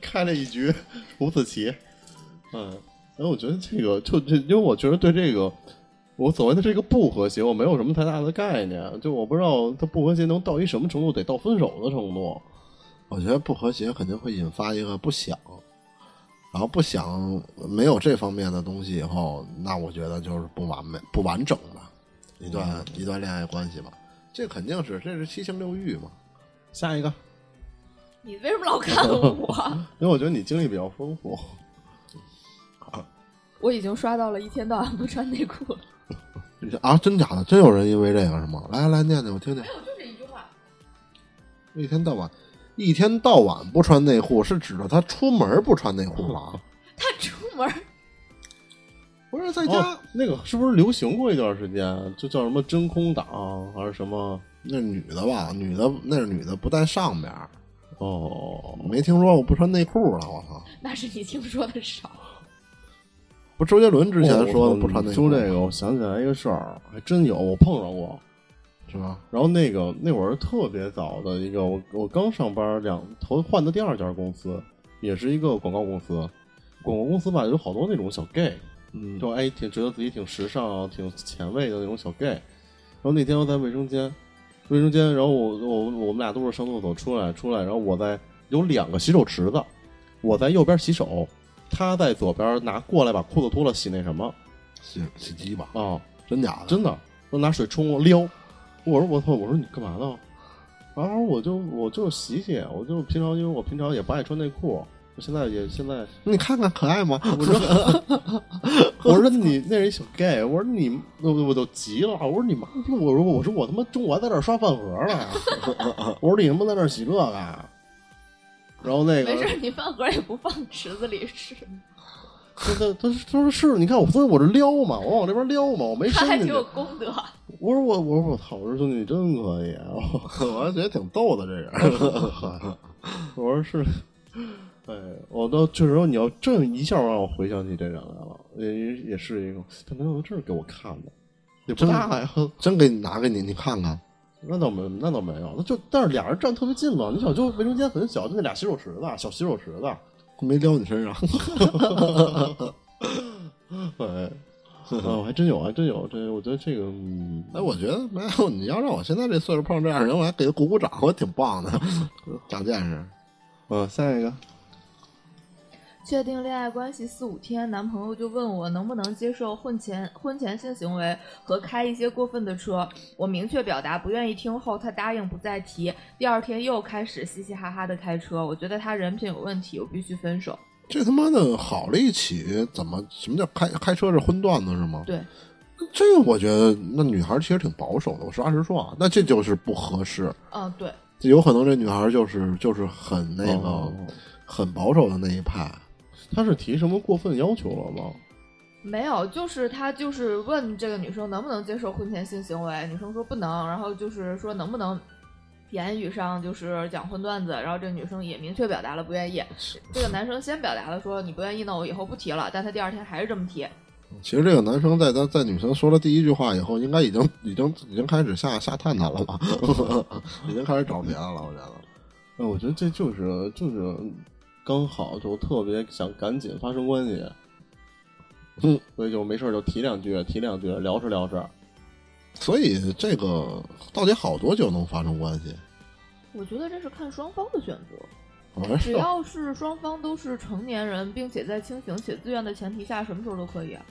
[SPEAKER 5] 开了一局五子棋，嗯，然后我觉得这个就就因为我觉得对这个我所谓的这个不和谐，我没有什么太大的概念，就我不知道它不和谐能到一什么程度，得到分手的程度。
[SPEAKER 1] 我觉得不和谐肯定会引发一个不想，然后不想没有这方面的东西以后，那我觉得就是不完美、不完整吧，一段、一段恋爱关系吧，这肯定是这是七情六欲嘛。
[SPEAKER 5] 下一个，
[SPEAKER 4] 你为什么老看我？
[SPEAKER 5] 因为我觉得你经历比较丰富，
[SPEAKER 4] 我已经刷到了一天到晚不穿内裤了。
[SPEAKER 5] 嗯
[SPEAKER 1] 啊，真假的，真有人因为这个是吗？来来念念，我听听。
[SPEAKER 4] 就这一句话，
[SPEAKER 1] 一天到晚，一天到晚不穿内裤，是指着他出门不穿内裤吧？
[SPEAKER 4] 他出门
[SPEAKER 1] 不是在家，
[SPEAKER 5] 哦，那个是不是流行过一段时间？就叫什么真空党还是什么？
[SPEAKER 1] 那是女的吧？女的那是女的不带上边儿，
[SPEAKER 5] 哦，
[SPEAKER 1] 没听说过不穿内裤了，我操！
[SPEAKER 4] 那是你听说的少。
[SPEAKER 1] 不，周杰伦之
[SPEAKER 5] 哦
[SPEAKER 1] 前说的不穿内裤，
[SPEAKER 5] 说这个，我想起来一个事儿，还真有，我碰上过。
[SPEAKER 1] 是吧？
[SPEAKER 5] 然后那个那会儿特别早的一个，我我刚上班两头换的第二家公司，也是一个广告公司。广告公司吧，有好多那种小 gay，
[SPEAKER 1] 嗯，
[SPEAKER 5] 就哎挺觉得自己挺时尚、啊挺前卫的那种小 gay。然后那天我在卫生间，卫生间，然后我我我们俩都是上厕所出来出来，然后我在有两个洗手池子，我在右边洗手，他在左边拿过来把裤子脱了洗那什么
[SPEAKER 1] 洗洗鸡吧，
[SPEAKER 5] 啊。
[SPEAKER 1] 真假的？
[SPEAKER 5] 真的，我拿水冲我撩，我说我操，我说你干嘛呢？然后我就我就洗洗，我就平常因为我平常也不爱穿内裤，我现在也现 在
[SPEAKER 1] 你看看可爱吗？
[SPEAKER 5] 我说我说你那人小 gay，我说你我我都急了，我说你妈逼，我说我 说我他妈中午还在这儿刷饭盒呢，我说你他妈在那儿洗这个，然后那个
[SPEAKER 6] 没事儿，你饭盒也不放池子里吃，
[SPEAKER 5] 他他他他说是，你看我，所以我这撩嘛，我往这边撩嘛，我没
[SPEAKER 6] 他还
[SPEAKER 5] 伸
[SPEAKER 6] 挺
[SPEAKER 5] 进去
[SPEAKER 6] 有。功德。
[SPEAKER 5] 我说我我说我操，我说兄弟你真可以，啊我
[SPEAKER 1] 我还觉得啊挺逗的这个。
[SPEAKER 5] 我说是，哎，我都确实，你要这一下让我回想起这人来了，也也是一个，他男友这是给我看的，也不大
[SPEAKER 1] 啊
[SPEAKER 5] 呀，
[SPEAKER 1] 真给你拿给你，你看看。
[SPEAKER 5] 那倒没那倒没有，那就但是俩人站特别近嘛，你想就卫生间很小，就那俩洗手池子，小洗手池子，
[SPEAKER 1] 没撩你身上，
[SPEAKER 5] 哎，啊，我还真有，还真有，这我觉得这个，嗯，
[SPEAKER 1] 哎，我觉得没有。你要让我现在这岁数碰上这样的人，我还给他鼓鼓掌，我挺棒的， 长见识。
[SPEAKER 5] 呃，下一个，
[SPEAKER 4] 确定恋爱关系四五天，男朋友就问我能不能接受婚前婚前性行为和开一些过分的车。我明确表达不愿意听后，他答应不再提。第二天又开始嘻嘻哈哈的开车，我觉得他人品有问题，我必须分手。
[SPEAKER 1] 这他妈的好了一起，怎么什么叫开开车是荤段子是吗？
[SPEAKER 4] 对，
[SPEAKER 1] 这个我觉得那女孩其实挺保守的，我实话实说啊，那这就是不合适。
[SPEAKER 4] 嗯，对，
[SPEAKER 1] 有可能这女孩就是就是很那个、
[SPEAKER 5] 哦
[SPEAKER 1] 很保守的那一派，
[SPEAKER 5] 他是提什么过分要求了吗？
[SPEAKER 4] 没有，就是他就是问这个女生能不能接受婚前性行为，女生说不能，然后就是说能不能言语上就是讲荤段子，然后这女生也明确表达了不愿意。这个男生先表达了说你不愿意呢，我以后不提了，但他第二天还是这么提。
[SPEAKER 1] 其实这个男生在他在女生说了第一句话以后，应该已经已经已经开始下下探探了吧， 已经开始找别的了，我觉得。
[SPEAKER 5] 哎，我觉得这就是就是刚好就特别想赶紧发生关系，嗯，所以就没事儿就提两句，提两句，聊着聊着，
[SPEAKER 1] 所以这个到底好多久能发生关系？
[SPEAKER 4] 我觉得这是看双方的选择，
[SPEAKER 1] 好像
[SPEAKER 4] 只
[SPEAKER 1] 是
[SPEAKER 4] 要是双方都是成年人，并且在清醒且自愿的前提下，什么时候都可以啊。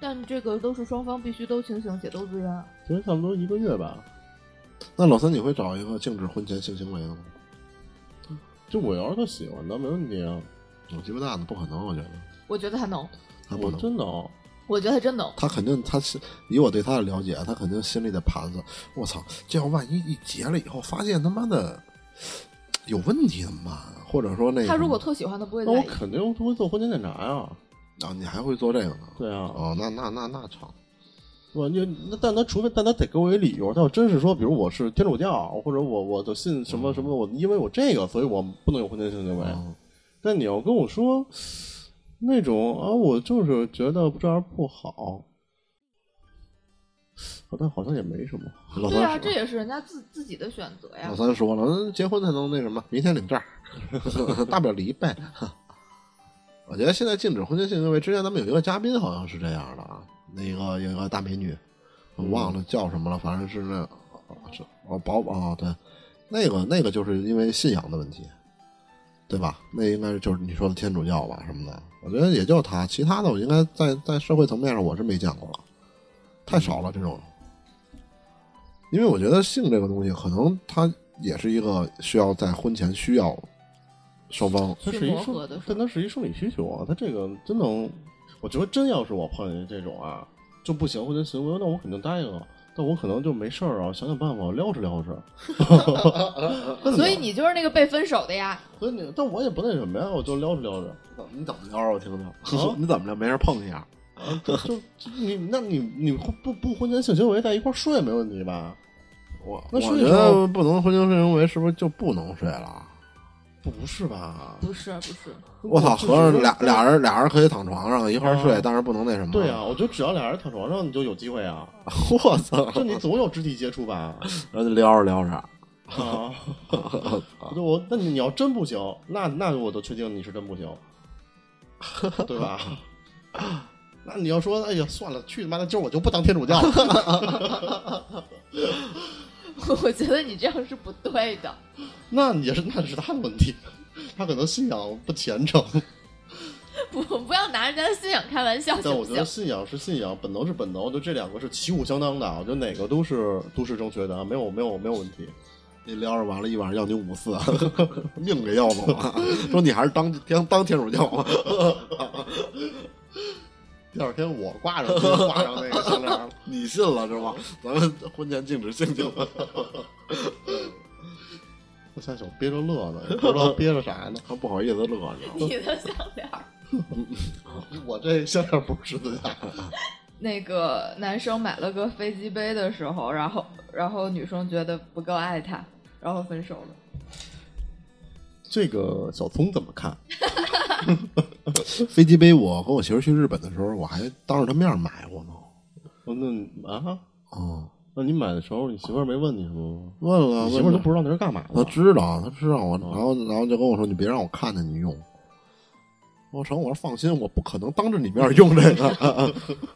[SPEAKER 4] 但这个都是双方必须都清醒且都自愿啊。
[SPEAKER 5] 其实差不多一个月吧。
[SPEAKER 1] 那老三，你会找一个禁止婚前性行为的吗？
[SPEAKER 5] 就我要是他喜欢的，没问题啊，
[SPEAKER 1] 有鸡巴蛋的不可能，我觉得
[SPEAKER 4] 我觉得他能，
[SPEAKER 1] 他不
[SPEAKER 5] 我
[SPEAKER 1] 能，
[SPEAKER 5] 真的啊。
[SPEAKER 4] 我觉得他真能。
[SPEAKER 1] 他肯定他是以我对他的了解，他肯定心里得盘算，我操，这要万一一结了以后发现他妈的有问题怎么办啊？或者说那个
[SPEAKER 4] 他如果特喜欢，他不会
[SPEAKER 5] 那
[SPEAKER 4] 在
[SPEAKER 5] 我
[SPEAKER 4] 意。
[SPEAKER 5] 肯定会做婚前检查呀，
[SPEAKER 1] 啊，你还会做这个呢？
[SPEAKER 5] 对啊，
[SPEAKER 1] 哦，那那那那成，
[SPEAKER 5] 我就那但他除非但他得给我一理由，他要真是说，比如我是天主教，或者我我就信什
[SPEAKER 1] 嗯
[SPEAKER 5] 么什么，我因为我这个，所以我不能有婚前性行为。
[SPEAKER 1] 哦
[SPEAKER 5] 但你要跟我说那种啊，我就是觉得这样不好，好但好像也没什么。
[SPEAKER 1] 老
[SPEAKER 4] 对啊，
[SPEAKER 1] 三
[SPEAKER 4] 这
[SPEAKER 1] 说，
[SPEAKER 4] 也是人家自自己的选择呀
[SPEAKER 1] 老。三说了，嗯结婚才能那什么，明天领证儿，大不了离呗。 我觉得现在禁止婚前性行为，之前咱们有一个嘉宾好像是这样的啊，那个有一个大美女，我忘了叫什么了，反正是那是哦宝哦对，那个那个就是因为信仰的问题，对吧？那应该是就是你说的天主教吧什么的，我觉得也就他，其他的我应该在在社会层面上我是没见过了，太少了这种。因为我觉得性这个东西，可能它也是一个需要在婚前需要双方
[SPEAKER 5] 它
[SPEAKER 4] 去
[SPEAKER 5] 是一
[SPEAKER 4] 磨
[SPEAKER 5] 生
[SPEAKER 4] 合的事
[SPEAKER 5] 但它是一生理需求啊，它这个真能，我觉得真要是我碰见这种啊，就不行或者行为，那我肯定答应啊。但我可能就没事儿啊，想想办法撩着撩着。
[SPEAKER 4] 所以你就是那个被分手的呀。
[SPEAKER 5] 所以你，但我也不那什么呀，我就撩着撩着。
[SPEAKER 1] 你怎么聊啊我听听？ 你怎么着？没事碰一下？
[SPEAKER 5] 就就你，那你你不不婚前性行为在一块儿睡没问题吧？
[SPEAKER 1] 我
[SPEAKER 5] 那
[SPEAKER 1] 我
[SPEAKER 5] 睡
[SPEAKER 1] 觉
[SPEAKER 5] 一
[SPEAKER 1] 得
[SPEAKER 5] 觉
[SPEAKER 1] 不能婚前性行为，是不是就不能睡了？
[SPEAKER 5] 不不是吧？
[SPEAKER 4] 不是不 是，
[SPEAKER 1] 我操，
[SPEAKER 5] 就是
[SPEAKER 1] 合着俩俩人俩人可以躺床上一块儿睡
[SPEAKER 5] 啊，
[SPEAKER 1] 但是不能那什么。
[SPEAKER 5] 对啊，，我觉得只要俩人躺床上，你就有机会啊。
[SPEAKER 1] 我操，
[SPEAKER 5] 就你总有肢体接触吧？
[SPEAKER 1] 然后就聊着聊着，
[SPEAKER 5] 啊，就我那你要真不行，那那我就确定你是真不行，对吧？那你要说，哎呀，算了，去他妈的，今儿我就不当天主教了。
[SPEAKER 6] 我觉得你这样是不对的。
[SPEAKER 5] 那也是，那是他的问题，他可能信仰不虔诚。
[SPEAKER 6] 不，不要拿人家的信仰开玩笑，
[SPEAKER 5] 但
[SPEAKER 6] 行
[SPEAKER 5] 我
[SPEAKER 6] 不
[SPEAKER 5] 觉得
[SPEAKER 6] 行？
[SPEAKER 5] 信仰是信仰，本能是本能，就这两个是旗鼓相当的啊。我觉得哪个都是都是正确的啊，没有没有没有问题。
[SPEAKER 1] 你聊着完了，一晚上要你五次， 命给要走 了。说你还是当当当天主教 吧。
[SPEAKER 5] 第二天我挂上挂上那个项链了。
[SPEAKER 1] 你信了是吧？咱们婚前禁止性行为。。
[SPEAKER 5] 三小憋着乐呢， 也不知道憋着啥呢
[SPEAKER 1] 还不好意思乐着。
[SPEAKER 6] 你的项链儿，
[SPEAKER 5] 我这项链不是的呀，
[SPEAKER 4] 那个男生买了个飞机杯的时候，然后然后女生觉得不够爱他，然后分手了。
[SPEAKER 5] 这个小聪怎么看？
[SPEAKER 1] 飞机杯，我和我媳妇去日本的时候，我还当着她面买过呢。
[SPEAKER 5] 哦那啊，
[SPEAKER 1] 哦，
[SPEAKER 5] 那你买的时候，你媳妇儿没问你什么吗？
[SPEAKER 1] 问了，
[SPEAKER 5] 你媳妇儿
[SPEAKER 1] 问
[SPEAKER 5] 都
[SPEAKER 1] 了
[SPEAKER 5] 不知道那是干嘛
[SPEAKER 1] 他
[SPEAKER 5] 的。
[SPEAKER 1] 知道，他知道我，然后然后就跟我说：“你别让我看见你用。”我成，我说放心，我不可能当着你面用这个。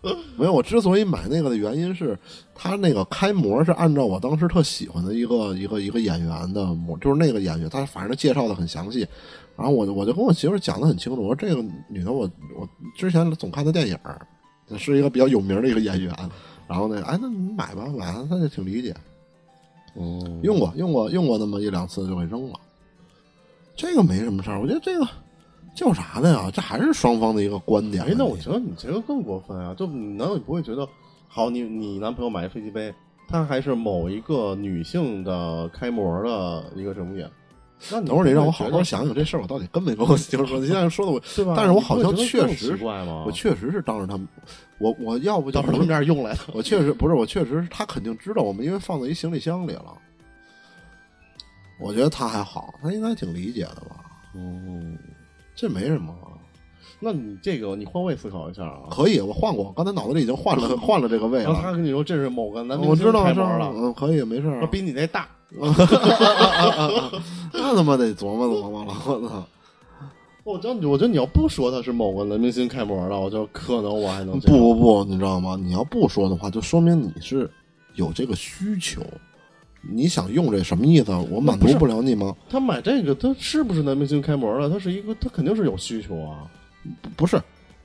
[SPEAKER 1] 没有，我之所以买那个的原因是，他那个开模是按照我当时特喜欢的一个一个一个演员的模，就是那个演员，他反正介绍的很详细。然后我就我就跟我媳妇儿讲的很清楚，我说这个女的我我之前总看她电影儿，是一个比较有名的一个演员。然后呢，哎，那你买吧，买吧，她就挺理解。
[SPEAKER 5] 嗯，
[SPEAKER 1] 用过，用过，用过那么一两次就给扔了。这个没什么事儿，我觉得这个这有啥的呀？这还是双方的一个观点问
[SPEAKER 5] 哎
[SPEAKER 1] 题。，
[SPEAKER 5] 那我觉得你这个更过分啊！就你难道你不会觉得，好，你你男朋友买一飞机杯，他还是某一个女性的开模的一个什么也？那你
[SPEAKER 1] 等会儿你让我
[SPEAKER 5] 不
[SPEAKER 1] 好
[SPEAKER 5] 会觉
[SPEAKER 1] 好
[SPEAKER 5] 得，
[SPEAKER 1] 想想这事儿，我到底跟没跟我媳妇说？你现在说的我，
[SPEAKER 5] 对吧？
[SPEAKER 1] 但是我
[SPEAKER 5] 你
[SPEAKER 1] 好
[SPEAKER 5] 不会
[SPEAKER 1] 像
[SPEAKER 5] 觉得
[SPEAKER 1] 确
[SPEAKER 5] 更
[SPEAKER 1] 实
[SPEAKER 5] 奇怪吗？
[SPEAKER 1] 我确实是当着他们，我我要不就
[SPEAKER 5] 啊到时
[SPEAKER 1] 不
[SPEAKER 5] 候他们
[SPEAKER 1] 是
[SPEAKER 5] 这儿用来的，
[SPEAKER 1] 我确实不是，我确实是他肯定知道我们，因为放在一行李箱里了。我觉得他还好，他应该挺理解的吧？
[SPEAKER 5] 嗯，
[SPEAKER 1] 这没什么啊，
[SPEAKER 5] 那你这个你换位思考一下啊。
[SPEAKER 1] 可以。我换过，我刚才脑子里已经换了换了这个位
[SPEAKER 5] 然后他
[SPEAKER 1] 了。
[SPEAKER 5] 跟你说这是某个男明
[SPEAKER 1] 我知
[SPEAKER 5] 星
[SPEAKER 1] 道，
[SPEAKER 5] 开
[SPEAKER 1] 我知
[SPEAKER 5] 模
[SPEAKER 1] 道，
[SPEAKER 5] 了，
[SPEAKER 1] 嗯，可以，没事儿
[SPEAKER 5] 说
[SPEAKER 1] 啊。
[SPEAKER 5] 比你那大，
[SPEAKER 1] 那他妈得琢磨琢磨了，我操！
[SPEAKER 5] 我知道你，我觉得你要不说他是某个男明星开模的，我就可能我还能这样
[SPEAKER 1] 不不不，你知道吗？你要不说的话，就说明你是有这个需求，你想用这什么意思啊？我满
[SPEAKER 5] 那不
[SPEAKER 1] 足
[SPEAKER 5] 是
[SPEAKER 1] 不了你吗？
[SPEAKER 5] 他买这个，他是不是男明星开模的？他是一个，他肯定是有需求啊。
[SPEAKER 1] 不不是，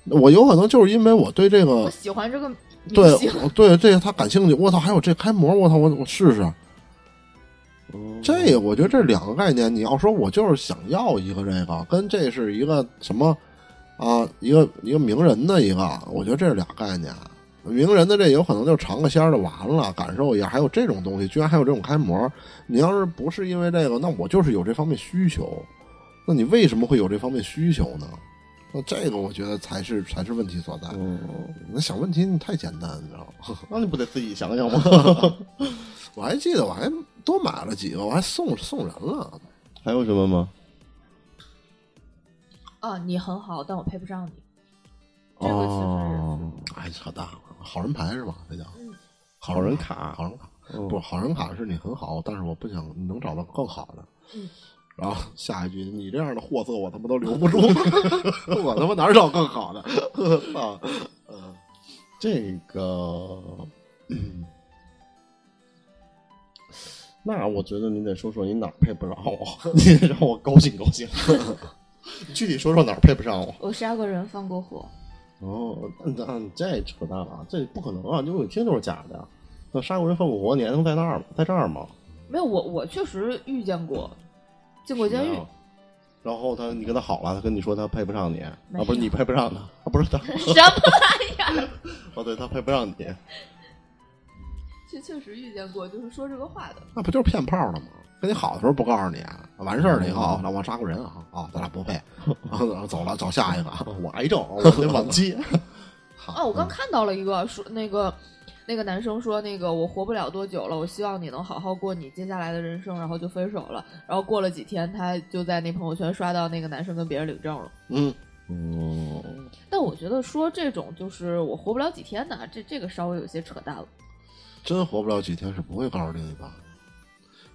[SPEAKER 1] 我有可能就是因为我对这
[SPEAKER 5] 哦
[SPEAKER 4] 我
[SPEAKER 1] 个，
[SPEAKER 4] 喜欢这个明
[SPEAKER 1] 对
[SPEAKER 4] 星，
[SPEAKER 1] 我对这个他感兴趣。我操，还有这开模，我操，我我试试。
[SPEAKER 5] 嗯
[SPEAKER 1] 这个我觉得这两个概念，你要说我就是想要一个这个，跟这是一个什么啊，一个一个名人的一个，我觉得这是俩概念。名人的这有可能就是尝个鲜儿就完了，感受一下。还啊有这种东西，居然还有这种开模，你要是不是因为这个，那我就是有这方面需求。那你为什么会有这方面需求呢？那这个我觉得才是才是问题所在。
[SPEAKER 5] 嗯
[SPEAKER 1] 那想问题你太简单，你知道吗？
[SPEAKER 5] 那你不得自己想想吗？
[SPEAKER 1] 我还记得我还多买了几个，我还送送人了。
[SPEAKER 5] 还有什么吗？
[SPEAKER 4] 啊，你很好，但我配不上你。这个其实
[SPEAKER 5] 哦，
[SPEAKER 1] 哎，扯淡了，好人牌是吧？这叫
[SPEAKER 5] 好人卡
[SPEAKER 1] 好人卡
[SPEAKER 5] 嗯
[SPEAKER 1] 不是好人卡是你很好，但是我不想你能找到更好的。然后下一句，你这样的货色我他妈都留不住， 我他妈哪儿找更好的？ 啊操！
[SPEAKER 5] 这个， 嗯那我觉得你得说说你哪儿配不上我， 你得让我高兴高兴。 具体说说哪儿配不上我？
[SPEAKER 4] 我杀过人，放过火，
[SPEAKER 5] 哦，那那这扯淡了，这不可能啊！就我一听就是假的呀。那杀过人放过火，你还能在那儿在这儿吗？
[SPEAKER 4] 没有我，我确实遇见过，进过监狱
[SPEAKER 5] 没。有然后他，你跟他好了，他跟你说他配不上你，啊，
[SPEAKER 4] 没有
[SPEAKER 5] 不是你配不上他，啊，不是他，
[SPEAKER 6] 什么？
[SPEAKER 5] 哦，对他配不上 你，
[SPEAKER 4] 确确实遇见过，就是说这个话的。
[SPEAKER 1] 那不就是骗炮的吗？跟你好的时候不告诉你，啊完事儿了以后，那我杀过人啊啊，咱俩不 配，然后走了，找下一个。
[SPEAKER 5] 啊我癌症，我得 晚期，
[SPEAKER 4] 啊，
[SPEAKER 5] 嗯
[SPEAKER 4] 我刚看到了一个说那个那个男生说那个我活不了多久了，我希望你能好好过你接下来的人生，然后就分手了。
[SPEAKER 5] 嗯
[SPEAKER 4] 然后过了几天，他就在那朋友圈刷到那个男生跟别人领证了。
[SPEAKER 1] 嗯，
[SPEAKER 5] 嗯，
[SPEAKER 4] 但我觉得说这种就是我活不了几天的，这这个稍微有些扯淡了。
[SPEAKER 1] 真活不了几天是不会告诉另一半的，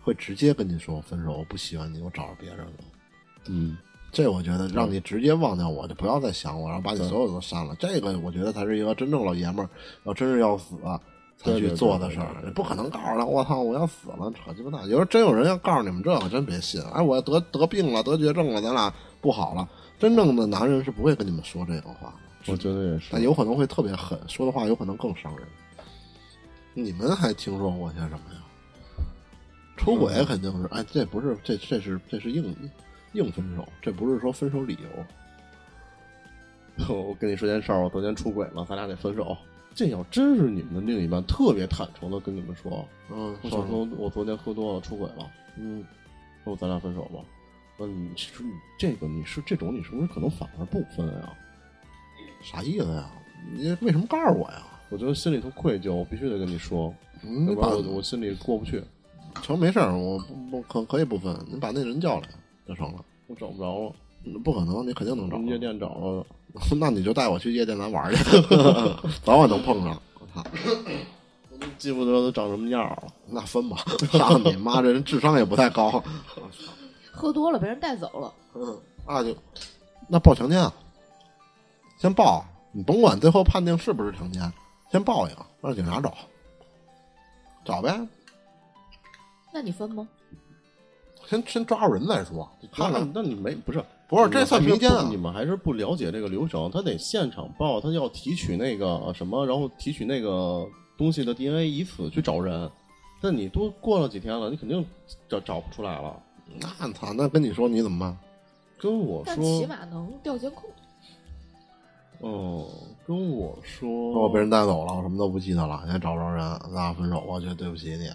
[SPEAKER 1] 会直接跟你说我分手，我不喜欢你，我找着别人了。
[SPEAKER 5] 嗯，
[SPEAKER 1] 这我觉得让你直接忘掉我，就不要再想我，然后把你所有的都删了。这个我觉得才是一个真正老爷们儿，要真是要死啊才
[SPEAKER 5] 对
[SPEAKER 1] 去
[SPEAKER 5] 对
[SPEAKER 1] 做的事
[SPEAKER 5] 对对
[SPEAKER 1] 儿
[SPEAKER 5] 对，对
[SPEAKER 1] 不可能告诉他我操我要死了，扯鸡巴蛋！有时候真有人要告诉你们这个，真别信。哎，我得得病了，得绝症了，咱俩不好了。真正的男人是不会跟你们说这种话的，
[SPEAKER 5] 我觉得也是，
[SPEAKER 1] 但有可能会特别狠，说的话有可能更伤人。你们还听说过些什么呀？出轨肯定是，哎，这不是这这是这是硬硬分手，这不是说分手理由。
[SPEAKER 5] 我跟你说件事儿，我昨天出轨了，咱俩得分手。这要真是你们的另一半特别坦诚的跟你们说，
[SPEAKER 1] 嗯，
[SPEAKER 5] 我小时候我昨天喝多了出轨了，
[SPEAKER 1] 嗯，
[SPEAKER 5] 说咱俩分手吧。那你是这个你是这种你是不是可能反而不分啊呀、
[SPEAKER 1] 啥意思呀？你为什么告诉我呀？
[SPEAKER 5] 我觉得心里头愧疚，我必须得跟你说，
[SPEAKER 1] 你
[SPEAKER 5] 要不然
[SPEAKER 1] 把
[SPEAKER 5] 我我心里过不去，
[SPEAKER 1] 成没事儿，我不不可可以不分，你把那人叫来就成了。
[SPEAKER 5] 我找不着了，
[SPEAKER 1] 不可能，你肯定能找
[SPEAKER 5] 从夜店找着了。
[SPEAKER 1] 到。 那你就带我去夜店咱玩去， 早晚能碰上。我操，
[SPEAKER 5] 我都 记不得都长什么样了。
[SPEAKER 1] 那分吧，上你妈，这人智商也不太高。
[SPEAKER 4] 喝多了被人带走了，
[SPEAKER 1] 嗯，那就那报强奸啊，先报，啊你甭管最后判定是不是强奸，先报应，让警察找，找呗，
[SPEAKER 4] 那你分吗？
[SPEAKER 1] 先先抓住人再说。
[SPEAKER 5] 那
[SPEAKER 1] 看看，
[SPEAKER 5] 那你没不是
[SPEAKER 1] 不是这算
[SPEAKER 5] 你们
[SPEAKER 1] 迷奸
[SPEAKER 5] 还
[SPEAKER 1] 啊
[SPEAKER 5] 是不你？们还是不了解这个流程，他得现场报，他要提取那个呃什么，然后提取那个东西的 DNA，以此去找人。但你都过了几天了，你肯定找找不出来了。
[SPEAKER 1] 那操，那跟你说你怎么办？
[SPEAKER 5] 跟我
[SPEAKER 6] 但起
[SPEAKER 5] 说，
[SPEAKER 6] 码能调监控。
[SPEAKER 5] 哦，跟我说，
[SPEAKER 1] 我被人带走了，我什么都不记得了，现在找不着人，咱俩分手吧，我觉得对不起你。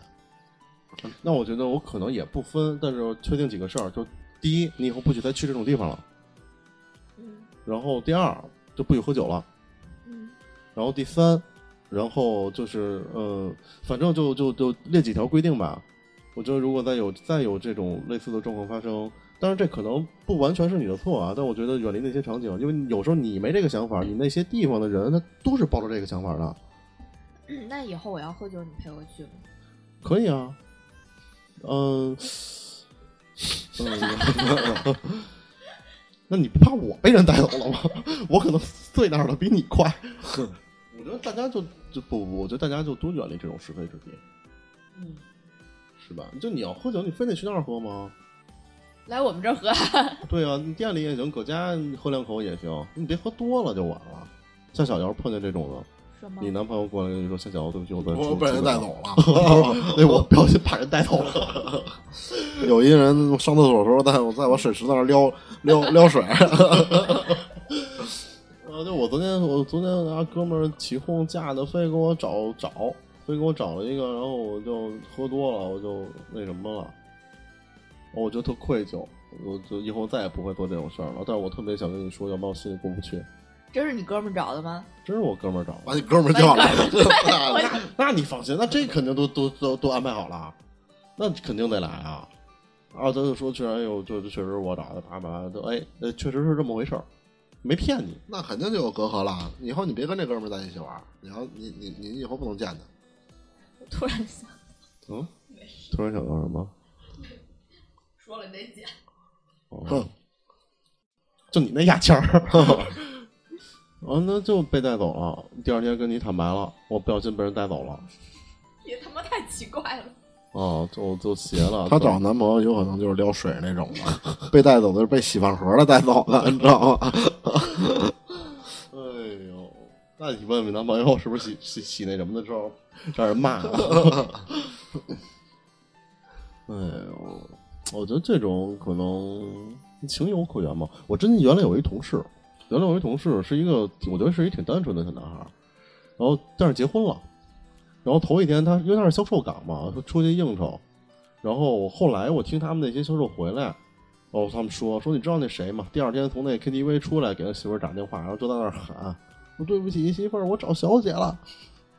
[SPEAKER 5] 那我觉得我可能也不分，但是我确定几个事儿，就第一，你以后不许再去这种地方了。
[SPEAKER 6] 嗯
[SPEAKER 5] 然后第二就不许喝酒了，
[SPEAKER 6] 嗯，
[SPEAKER 5] 然后第三，然后就是呃，反正就就就列几条规定吧。我觉得如果再有再有这种类似的状况发生，当然这可能不完全是你的错啊，但我觉得远离那些场景，因为有时候你没这个想法，你那些地方的人他都是抱着这个想法的。
[SPEAKER 4] 嗯 那以后我要喝酒，你陪我去吗？
[SPEAKER 5] 可以啊， 嗯、
[SPEAKER 1] 哎
[SPEAKER 5] 嗯， 那你不怕我被人带走了吗？ 我可能碎那儿了比你快。我觉得大家就就不，不我觉得大家就多远离这种是非之地，
[SPEAKER 4] 嗯，
[SPEAKER 5] 是吧？就你要喝酒，你非得去那儿喝吗？
[SPEAKER 6] 来我们这儿喝。
[SPEAKER 5] 对啊，你店里也行，搁家喝两口也行，你别喝多了就晚了。像小姚碰见这种的，
[SPEAKER 4] 什么
[SPEAKER 5] 你？男朋友过来跟你说：“夏小，对不起，我被
[SPEAKER 1] 我被人带走 了。
[SPEAKER 5] 了， 对，我不小心把人带走了。”
[SPEAKER 1] 有一人上厕所的时候，在我在我水池那儿撩撩撩 水，
[SPEAKER 5] 啊，就我昨天，我昨天拿哥们儿起哄架的，非给我找找，非给我找了一个，然后我就喝多了，我就那什么了，我就特愧疚，我就以后再也不会做这种事儿了。但是我特别想跟你说，要不然我心里过不去。
[SPEAKER 4] 这是你哥们儿找的吗？
[SPEAKER 5] 真是我哥们儿找的，
[SPEAKER 1] 把你哥们儿叫来。
[SPEAKER 5] 那那你放心，那这肯定都都都都安排好了，啊那肯定得来啊。然后他就说，确实，哎呦，就就确实是我找的，叭叭，就哎，呃，确实是这么回事儿，没骗你。
[SPEAKER 1] 那肯定就有隔阂了。以后你别跟这哥们儿在一起玩儿，你要你你你以后不能见他。
[SPEAKER 6] 我突然想，
[SPEAKER 5] 嗯，突然想到什么？
[SPEAKER 6] 说了你得剪。
[SPEAKER 5] 哼，
[SPEAKER 1] 嗯
[SPEAKER 5] 就你那牙签 儿。啊，那就被带走了。第二天跟你坦白了，我不小心被人带走了。
[SPEAKER 6] 也他妈太奇怪了。
[SPEAKER 5] 啊，就就邪了。
[SPEAKER 1] 她找男朋友有可能就是撩水那种的，被带走的是被洗饭盒的带走的，你知道吗？
[SPEAKER 5] 哎呦，那你问问男朋友是不是洗 洗洗那什么的时候让人骂、啊 哎呦，我觉得这种可能情有可原吧。我真原来有一同事，原来有一同事是一个，我觉得是一挺单纯的小男孩儿，然后但是结婚了，然后头一天他因为他是销售岗嘛，他出去应酬，然后后来我听他们那些销售回来，哦，他们说说你知道那谁吗？第二天从那 KTV 出来，给他媳妇儿打电话，然后就在那儿喊：“说对不起，媳妇儿，我找小姐了，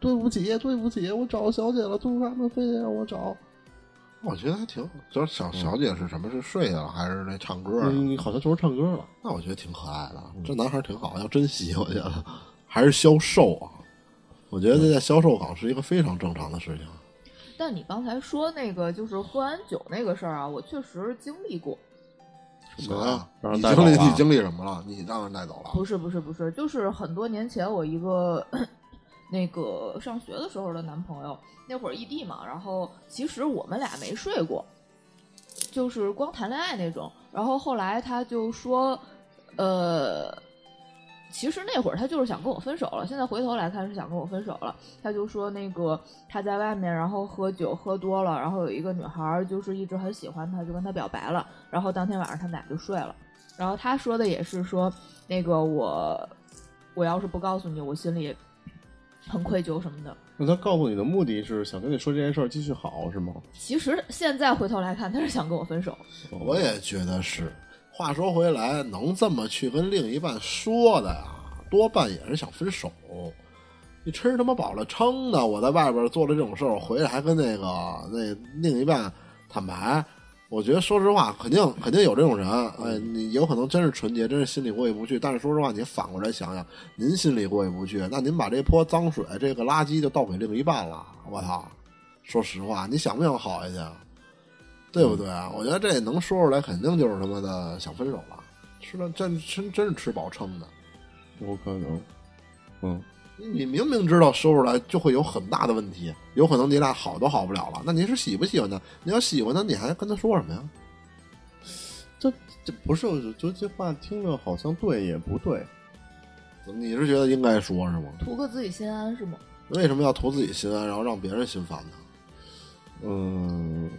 [SPEAKER 5] 对不起，对不起，我找小姐了，就是他们非得让我找。
[SPEAKER 1] 我觉得还挺，就是小小姐是什么？是睡了还是那唱歌啊？
[SPEAKER 5] 嗯”你好像就是唱歌了，
[SPEAKER 1] 那我觉得挺可爱的，这男孩挺好，要珍惜。我觉得还是销售啊，我觉得在销售岗是一个非常正常的事
[SPEAKER 5] 嗯
[SPEAKER 1] 情。
[SPEAKER 4] 但你刚才说那个就是喝完酒那个事儿啊，我确实经历过。
[SPEAKER 1] 什么呀？
[SPEAKER 5] 啊让
[SPEAKER 1] 你
[SPEAKER 5] 人带走
[SPEAKER 1] 啊经历
[SPEAKER 5] 了
[SPEAKER 1] 你经历什么了？你让人带走了？
[SPEAKER 4] 不是不是不是，就是很多年前我一个那个上学的时候的男朋友，那会儿异地嘛，然后其实我们俩没睡过，就是光谈恋爱那种。然后后来他就说，呃，其实那会儿他就是想跟我分手了。现在回头来看是想跟我分手了。他就说那个他在外面，然后喝酒喝多了，然后有一个女孩儿就是一直很喜欢他，就跟他表白了。然后当天晚上他们俩就睡了。然后他说的也是说，那个我我要是不告诉你，我心里很愧疚什么的。
[SPEAKER 5] 那他告诉你的目的是想跟你说这件事儿继续好是吗？
[SPEAKER 4] 其实现在回头来看，他是想跟我分手。
[SPEAKER 1] 我也觉得是。话说回来，能这么去跟另一半说的呀，多半也是想分手。你吃他妈饱了撑的，我在外边做了这种事儿，我回来还跟那个那另一半坦白，我觉得说实话，肯定肯定有这种人，哎，你有可能真是纯洁，真是心里过意不去。但是说实话，你反过来想想，您心里过意不去，那您把这泼脏水、这个垃圾就倒给另一半了，我操！说实话，你想不想好一些？对不对啊？我觉得这能说出来，肯定就是他妈的想分手了，吃了真真真是吃饱撑的。
[SPEAKER 5] 有可能，嗯，
[SPEAKER 1] 你明明知道说出来就会有很大的问题，有可能你俩好都好不了了。那你是喜不喜欢他？你要喜欢他，你还跟他说什么呀？
[SPEAKER 5] 这这不是，我觉得这话听着好像对也不对，
[SPEAKER 1] 怎么你是觉得应该说是吗？
[SPEAKER 4] 图个自己心安是吗？
[SPEAKER 1] 为什么要图自己心安，然后让别人心烦呢？
[SPEAKER 5] 嗯，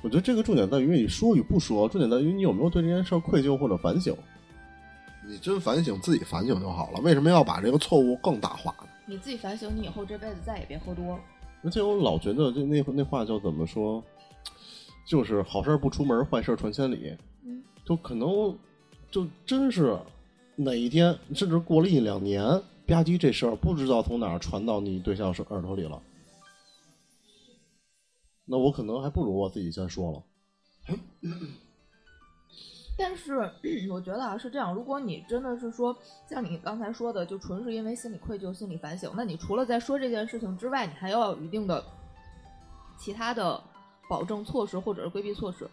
[SPEAKER 5] 我觉得这个重点在于你说与不说，重点在于你有没有对这件事儿愧疚或者反省。
[SPEAKER 1] 你真反省自己反省就好了，为什么要把这个错误更大化呢？
[SPEAKER 6] 你自己反省，你以后这辈子再也别喝多了。
[SPEAKER 5] 而且我老觉得这那那话叫怎么说，就是好事儿不出门，坏事儿传千里。
[SPEAKER 6] 嗯，
[SPEAKER 5] 就可能就真是哪一天，甚至过了一两年，吧唧这事儿不知道从哪儿传到你对象手耳朵里了。那我可能还不如我自己先说了。
[SPEAKER 4] 但是 我觉得啊是这样，如果你真的是说像你刚才说的，就纯是因为心理愧疚、心理反省，那你除了在说这件事情之外，你还要有一定的其他的保证措施或者是规避措施，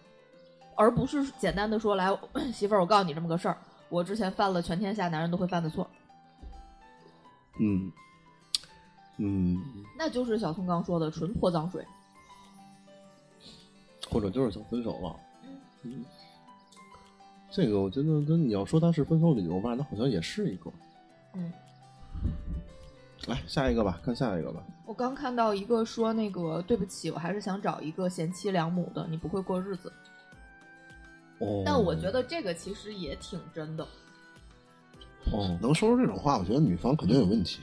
[SPEAKER 4] 而不是简单的说来 媳妇儿，我告诉你这么个事儿，我之前犯了全天下男人都会犯的错，
[SPEAKER 5] 嗯嗯，
[SPEAKER 4] 那就是小宋刚说的纯泼脏水。
[SPEAKER 5] 或者就是想分手了。嗯，这个我觉得跟你要说他是分手理由吧，那好像也是一个。
[SPEAKER 4] 嗯，
[SPEAKER 5] 来下一个吧，看下一个吧。
[SPEAKER 4] 我刚看到一个说那个对不起，我还是想找一个贤妻良母的，你不会过日子。
[SPEAKER 5] 哦，
[SPEAKER 4] 但我觉得这个其实也挺真的。
[SPEAKER 5] 哦，
[SPEAKER 1] 能说出这种话，我觉得女方肯定有问题。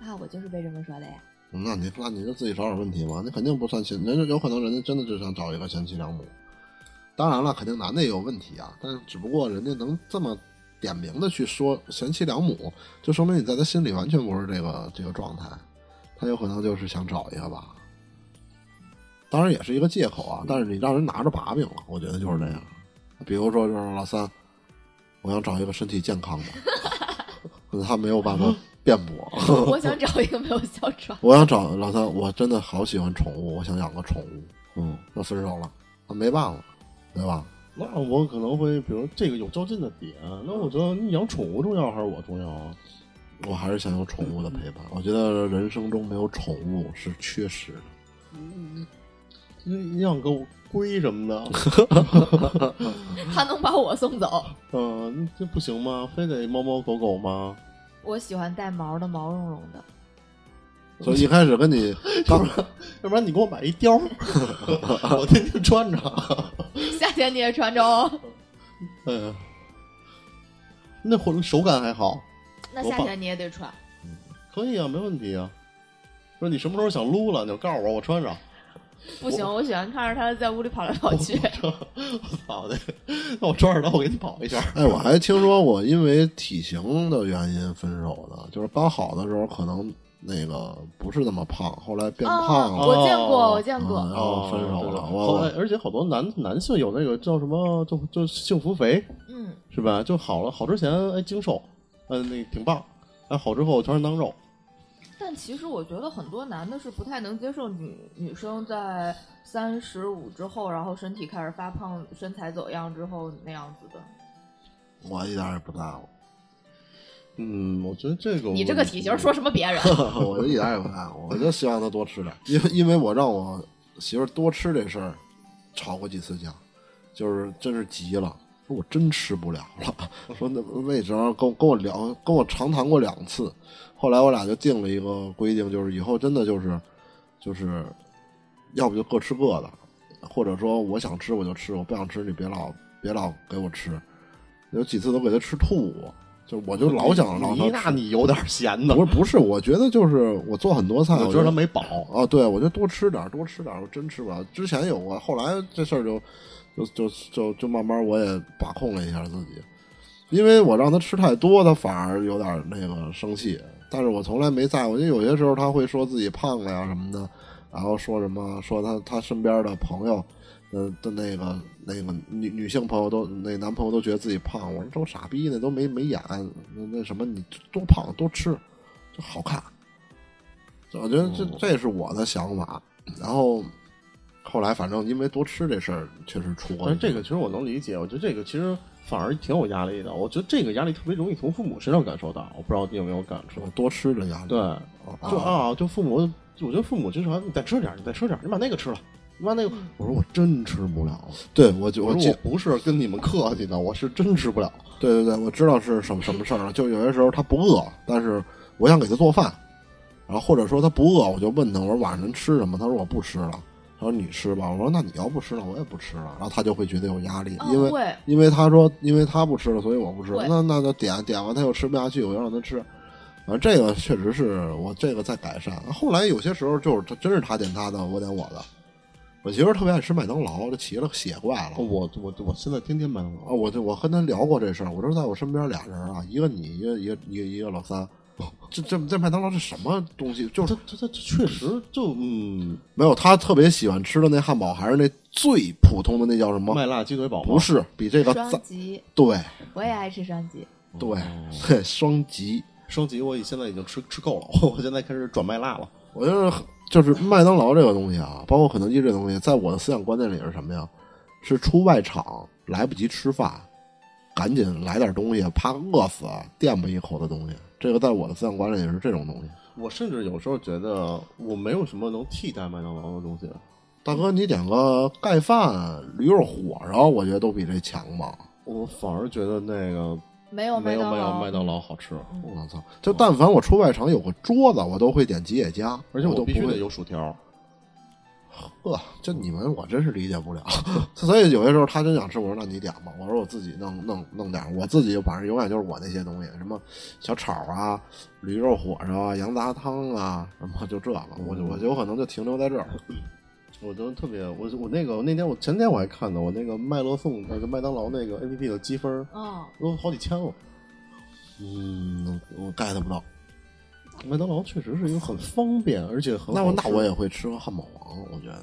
[SPEAKER 4] 啊，我就是被这么说的 呀。
[SPEAKER 1] 嗯那你那你就自己找点问题嘛，你肯定不算贤，人家有可能人家真的就想找一个贤妻良母。当然了，肯定男的也有问题啊，但是只不过人家能这么点名的去说贤妻良母，就说明你在他心里完全不是这个这个状态，他有可能就是想找一个吧。当然也是一个借口啊，但是你让人拿着把柄了，我觉得就是这样。比如说，就是老三，我想找一个身体健康的， 他没有办法辩驳。
[SPEAKER 6] 我想找一个没有哮喘。
[SPEAKER 1] 我想找老三，我真的好喜欢宠物，我想养个宠物。
[SPEAKER 5] 嗯，
[SPEAKER 1] 那分手了，那没办法，对吧？
[SPEAKER 5] 那我可能会，比如这个有较劲的点，那我觉得你养宠物重要还是我重要啊？
[SPEAKER 1] 我还是想有宠物的陪伴。我觉得人生中没有宠物是缺失的。
[SPEAKER 5] 你你养个龟什么的，
[SPEAKER 4] 他能把我送走？
[SPEAKER 5] 嗯、这不行吗？非得猫猫狗狗吗？
[SPEAKER 4] 我喜欢带毛的，毛茸茸的。
[SPEAKER 1] 所以一开始跟 你当
[SPEAKER 5] 要不然你给我买一貂儿， 我天天穿着。
[SPEAKER 4] 夏天你也穿着哦。
[SPEAKER 5] 嗯，那会儿手感还好，
[SPEAKER 4] 那
[SPEAKER 5] 我
[SPEAKER 4] 夏
[SPEAKER 5] 把
[SPEAKER 4] 天你也得穿。
[SPEAKER 5] 可以啊，没问题啊。说你什么时候想撸了，你就告诉我，我穿上。
[SPEAKER 4] 不行，我喜欢看着他在屋里跑来跑 去。
[SPEAKER 5] 我操的，那我抓耳朵，我给你跑一下。
[SPEAKER 1] 哎，我还听说过因为体型的原因分手的，就是刚好的时候可能那个不是那么胖，后来变胖
[SPEAKER 4] 啊，
[SPEAKER 1] 了，
[SPEAKER 4] 我见
[SPEAKER 5] 哦
[SPEAKER 4] 过，我见
[SPEAKER 1] 嗯
[SPEAKER 4] 过。
[SPEAKER 1] 然后分手了。
[SPEAKER 5] 好
[SPEAKER 1] 我
[SPEAKER 5] 哎而且好多男男性有那个叫什么，就就幸福肥
[SPEAKER 4] 嗯，
[SPEAKER 5] 是吧？就好了，好之前哎精瘦，嗯、那挺棒，哎好之后全是当肉，
[SPEAKER 4] 但其实我觉得很多男的是不太能接受女女生在三十五之后，然后身体开始发胖、身材走样之后那样子的。
[SPEAKER 1] 我一点也不在乎，
[SPEAKER 5] 嗯，我觉得这个
[SPEAKER 6] 你这个体型说什么别 人？
[SPEAKER 1] 我就一点也不在乎，我就希望他多吃点，因为因为我让我媳妇儿多吃这事儿，吵过几次架，就是真是急了，说我真吃不了了，说那为什么跟我跟我聊，跟我长谈过两次，后来我俩就定了一个规定，就是以后真的就是就是，要不就各吃各的，或者说我想吃我就吃，我不想吃你别老别老给我吃，有几次都给他吃吐我。就我就老想让
[SPEAKER 5] 你
[SPEAKER 1] 他
[SPEAKER 5] 那你有点闲的，
[SPEAKER 1] 不是不是，我觉得就是我做很多菜，我
[SPEAKER 5] 我觉得他
[SPEAKER 1] 就
[SPEAKER 5] 没饱。
[SPEAKER 1] 啊，对，我就多吃点儿，多吃点儿，我真吃不了。之前有过，后来这事儿就就就就就慢慢我也把控了一下自己，因为我让他吃太多，他反而有点儿那个生气。但是我从来没在乎，因为有些时候他会说自己胖了呀什么的，然后说什么说他他身边的朋友，呃的那个那个女女性朋友都那男朋友都觉得自己胖，我说都傻逼呢，都没没眼，那那什么你多胖多吃，就好看。我觉得这
[SPEAKER 5] 哦
[SPEAKER 1] 这是我的想法。然后后来反正因为多吃这事儿，确实出过
[SPEAKER 5] 但是这个其实我能理解，我觉得这个其实反而挺有压力的。我觉得这个压力特别容易从父母身上感受到，我不知道你有没有感受
[SPEAKER 1] 我。多吃的压力。
[SPEAKER 5] 对，
[SPEAKER 1] 啊
[SPEAKER 5] 就啊，就父母，就我觉得父母经常你再吃点儿，你再吃点儿，你把那个吃了，你把那个，我说我真吃不了了。
[SPEAKER 1] 对，我就
[SPEAKER 5] 嗯我说
[SPEAKER 1] 记
[SPEAKER 5] 我不是跟你们客气的，我是真吃不了。
[SPEAKER 1] 对对对，我知道是什么什么事儿了。就有些时候他不饿，但是我想给他做饭，然后或者说他不饿，我就问他，我说晚上能吃什么？他说我不吃了。他说你吃吧。我说那你要不吃了，我也不吃了。然后他就会觉得有压力，
[SPEAKER 4] 嗯
[SPEAKER 1] 因为
[SPEAKER 4] 会
[SPEAKER 1] 因为他说因为他不吃了，所以我不吃。
[SPEAKER 4] 会
[SPEAKER 1] 那那就点点完他又吃不下去，我就让他吃。反正这个确实是我这个在改善。后来有些时候就是他真是他点他的，我点我的。我媳妇儿特别爱吃麦当劳，这奇了血怪了。
[SPEAKER 5] 哦我我我现在天天麦当劳
[SPEAKER 1] 啊，，我就我跟他聊过这事儿，我说在我身边俩人啊，一个你，一个一个一个一个老三，这这这麦当劳是什么东西？就是
[SPEAKER 5] 这这这这确实就嗯，
[SPEAKER 1] 没有他特别喜欢吃的那汉堡，还是那最普通的那叫什么？
[SPEAKER 5] 麦辣鸡腿堡吗
[SPEAKER 1] 不是，比这个
[SPEAKER 4] 双
[SPEAKER 1] 赞
[SPEAKER 4] 极，
[SPEAKER 1] 对
[SPEAKER 4] 我也爱吃双极。
[SPEAKER 1] 对对 双极，
[SPEAKER 5] 哦升级，我现在已经吃吃够了，我现在开始转麦辣了。
[SPEAKER 1] 我就是就是麦当劳这个东西啊，包括肯德基这东西，在我的思想观念里是什么呀？是出外场来不及吃饭，赶紧来点东西，怕饿死垫吧一口的东西。这个在我的思想观念里是这种东西。
[SPEAKER 5] 我甚至有时候觉得我没有什么能替代麦当劳的东西。
[SPEAKER 1] 大哥，你点个盖饭、驴肉火烧，我觉得都比这强吧。
[SPEAKER 5] 我反而觉得那个
[SPEAKER 4] 没有
[SPEAKER 5] 没
[SPEAKER 4] 麦
[SPEAKER 5] 有
[SPEAKER 4] 当
[SPEAKER 5] 麦当
[SPEAKER 4] 劳，嗯
[SPEAKER 5] 麦当劳好吃，
[SPEAKER 1] 我操！就但凡我出外场有个桌子，我都会点吉野家，
[SPEAKER 5] 而且
[SPEAKER 1] 我
[SPEAKER 5] 我
[SPEAKER 1] 都
[SPEAKER 5] 必须
[SPEAKER 1] 不
[SPEAKER 5] 得
[SPEAKER 1] 会。
[SPEAKER 5] 有薯条。
[SPEAKER 1] 呵，这你们我真是理解不了。 所以有些时候他真想吃，我说那你点吧，我说我自己弄弄弄点儿，我自己就反正永远就是我那些东西，什么小炒啊、驴肉火烧啊、羊杂汤啊，什么就这个，我就我就有可能就停留在这儿。
[SPEAKER 5] 我觉得特别，我我那个那天我前天我还看呢，我那个麦乐颂那个麦当劳那个 A P P 的积分
[SPEAKER 4] 嗯，
[SPEAKER 5] 都好几千了。
[SPEAKER 1] 嗯，我 get 不到。
[SPEAKER 5] 麦当劳确实是一个很方便，而且很
[SPEAKER 1] 那我
[SPEAKER 5] 好
[SPEAKER 1] 那
[SPEAKER 5] 吃
[SPEAKER 1] 我也会吃个汉堡王，我觉得。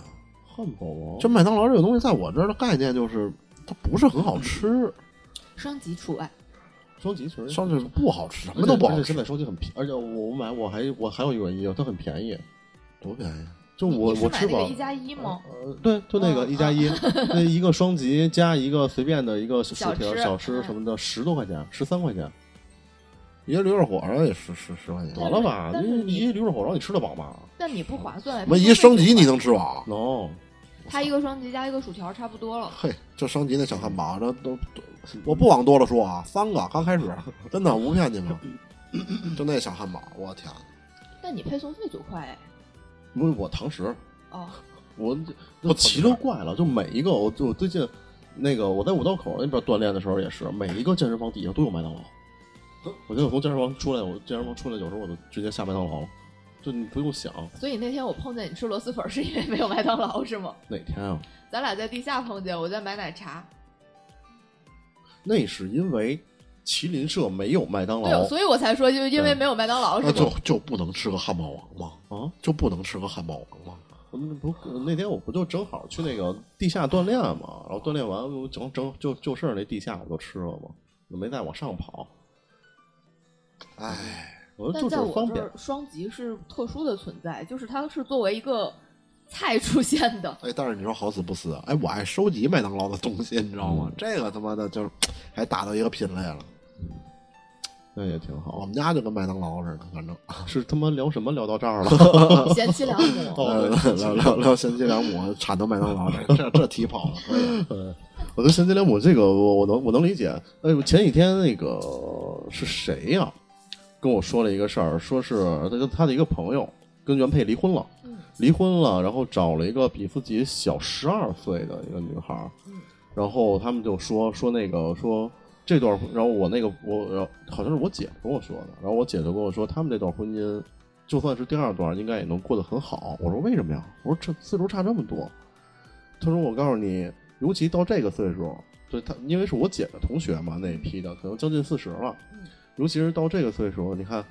[SPEAKER 5] 汉堡王
[SPEAKER 1] 就麦当劳这个东西，在我这儿的概念就是它不是很好吃，
[SPEAKER 4] 升级除外。
[SPEAKER 5] 双极确实
[SPEAKER 1] 上去不好吃，什
[SPEAKER 5] 而
[SPEAKER 1] 么
[SPEAKER 5] 且
[SPEAKER 1] 都不
[SPEAKER 5] 而
[SPEAKER 1] 好
[SPEAKER 5] 且
[SPEAKER 1] 吃
[SPEAKER 5] 现，在双极很便宜，而且我买我还我还有一个原因，它很便宜。
[SPEAKER 1] 多便宜！啊
[SPEAKER 5] 就
[SPEAKER 4] 你
[SPEAKER 5] 我
[SPEAKER 4] 你是
[SPEAKER 5] 我
[SPEAKER 4] 买
[SPEAKER 5] 吃
[SPEAKER 4] 那个
[SPEAKER 5] 饱
[SPEAKER 4] 一，加一吗？
[SPEAKER 5] 呃，对，就那个
[SPEAKER 4] 嗯
[SPEAKER 5] 一加一， 那一个双极加一个随便的一个薯
[SPEAKER 4] 小
[SPEAKER 5] 条、
[SPEAKER 4] 吃嗯
[SPEAKER 5] 小吃什么的，十多块钱，十三块钱，
[SPEAKER 1] 一个驴肉火烧也十十十块
[SPEAKER 5] 完
[SPEAKER 1] 钱，
[SPEAKER 5] 了吧？
[SPEAKER 4] 但是
[SPEAKER 5] 你
[SPEAKER 4] 你
[SPEAKER 5] 一驴肉火烧你吃得饱吗
[SPEAKER 4] 但你不划算呀。
[SPEAKER 1] 我
[SPEAKER 4] 你
[SPEAKER 1] 一
[SPEAKER 4] 说
[SPEAKER 1] 升
[SPEAKER 4] 为什
[SPEAKER 1] 级
[SPEAKER 4] 么
[SPEAKER 1] 你能吃饱？
[SPEAKER 5] ？No，
[SPEAKER 4] 它一个双极加一个薯条差不多了。
[SPEAKER 1] 嘿，这升级那小汉堡，这都都我不往多了说啊，三个刚开始，真的我不骗你们，就那小汉堡，我天，
[SPEAKER 4] 但你配送费九块哎。
[SPEAKER 5] 不是我堂食，
[SPEAKER 4] 哦，
[SPEAKER 5] 我我奇了怪了，就每一个我我最近那个我在五道口那边锻炼的时候也是，每一个健身房底下都有麦当劳。
[SPEAKER 4] 嗯
[SPEAKER 5] 我觉得我从健身房出来，我健身房出来有时候我就直接下麦当劳了，就你不用想
[SPEAKER 4] 所以那天我碰见你吃螺蛳粉，是因为没有麦当劳是吗？
[SPEAKER 5] 哪天啊。
[SPEAKER 4] 咱俩在地下碰见，我在买奶茶。
[SPEAKER 5] 那是因为麒麟社没有麦当劳
[SPEAKER 4] 对，啊所以我才说，就因为没有麦当劳是
[SPEAKER 1] 那就
[SPEAKER 4] 吗？
[SPEAKER 1] 就不能吃个汉堡王吗？
[SPEAKER 5] 啊。
[SPEAKER 1] 就不能吃个汉堡王吗？
[SPEAKER 5] 我们嗯不，那天我不就正好去那个地下锻炼嘛，然后锻炼完我整整就就剩那地下我都吃了嘛，我没再往上跑。
[SPEAKER 1] 哎，
[SPEAKER 5] 我说
[SPEAKER 4] 但
[SPEAKER 5] 就
[SPEAKER 4] 在
[SPEAKER 5] 是
[SPEAKER 4] 我
[SPEAKER 5] 方
[SPEAKER 4] 这
[SPEAKER 5] 便
[SPEAKER 4] 儿，，双极是特殊的存在，就是它是作为一个菜出现 的。
[SPEAKER 1] 哎，但是你说好死不死，哎，我爱收集麦当劳的东西，你知道吗？这个他妈的就是，还打到一个品类了。
[SPEAKER 5] 那也挺
[SPEAKER 1] 我
[SPEAKER 5] 好。
[SPEAKER 1] 们家就跟麦当劳似的，反正
[SPEAKER 5] 是他妈聊什么聊到这儿了？
[SPEAKER 4] 贤妻良母，
[SPEAKER 5] 哦对
[SPEAKER 1] 聊聊聊贤妻良母，产到麦当劳，这这题跑了，可以。
[SPEAKER 5] 我对神奇连母这个我我能我能理解。哎，我前几天那个是谁呀、跟我说了一个事儿，说是他跟他的一个朋友跟原配离婚了，离婚了，然后找了一个比自己小十二岁的一个女孩儿，然后他们就说说那个说这段婚，然后我那个我然后好像是我姐跟我说的，然后我姐就跟我说，他们这段婚姻就算是第二段，应该也能过得很好。我说为什么呀？我说这岁数差这么多。她说我告诉你，尤其到这个岁数，就她因为是我姐的同学嘛，那一批的可能将近四十了，尤其是到这个岁数，你看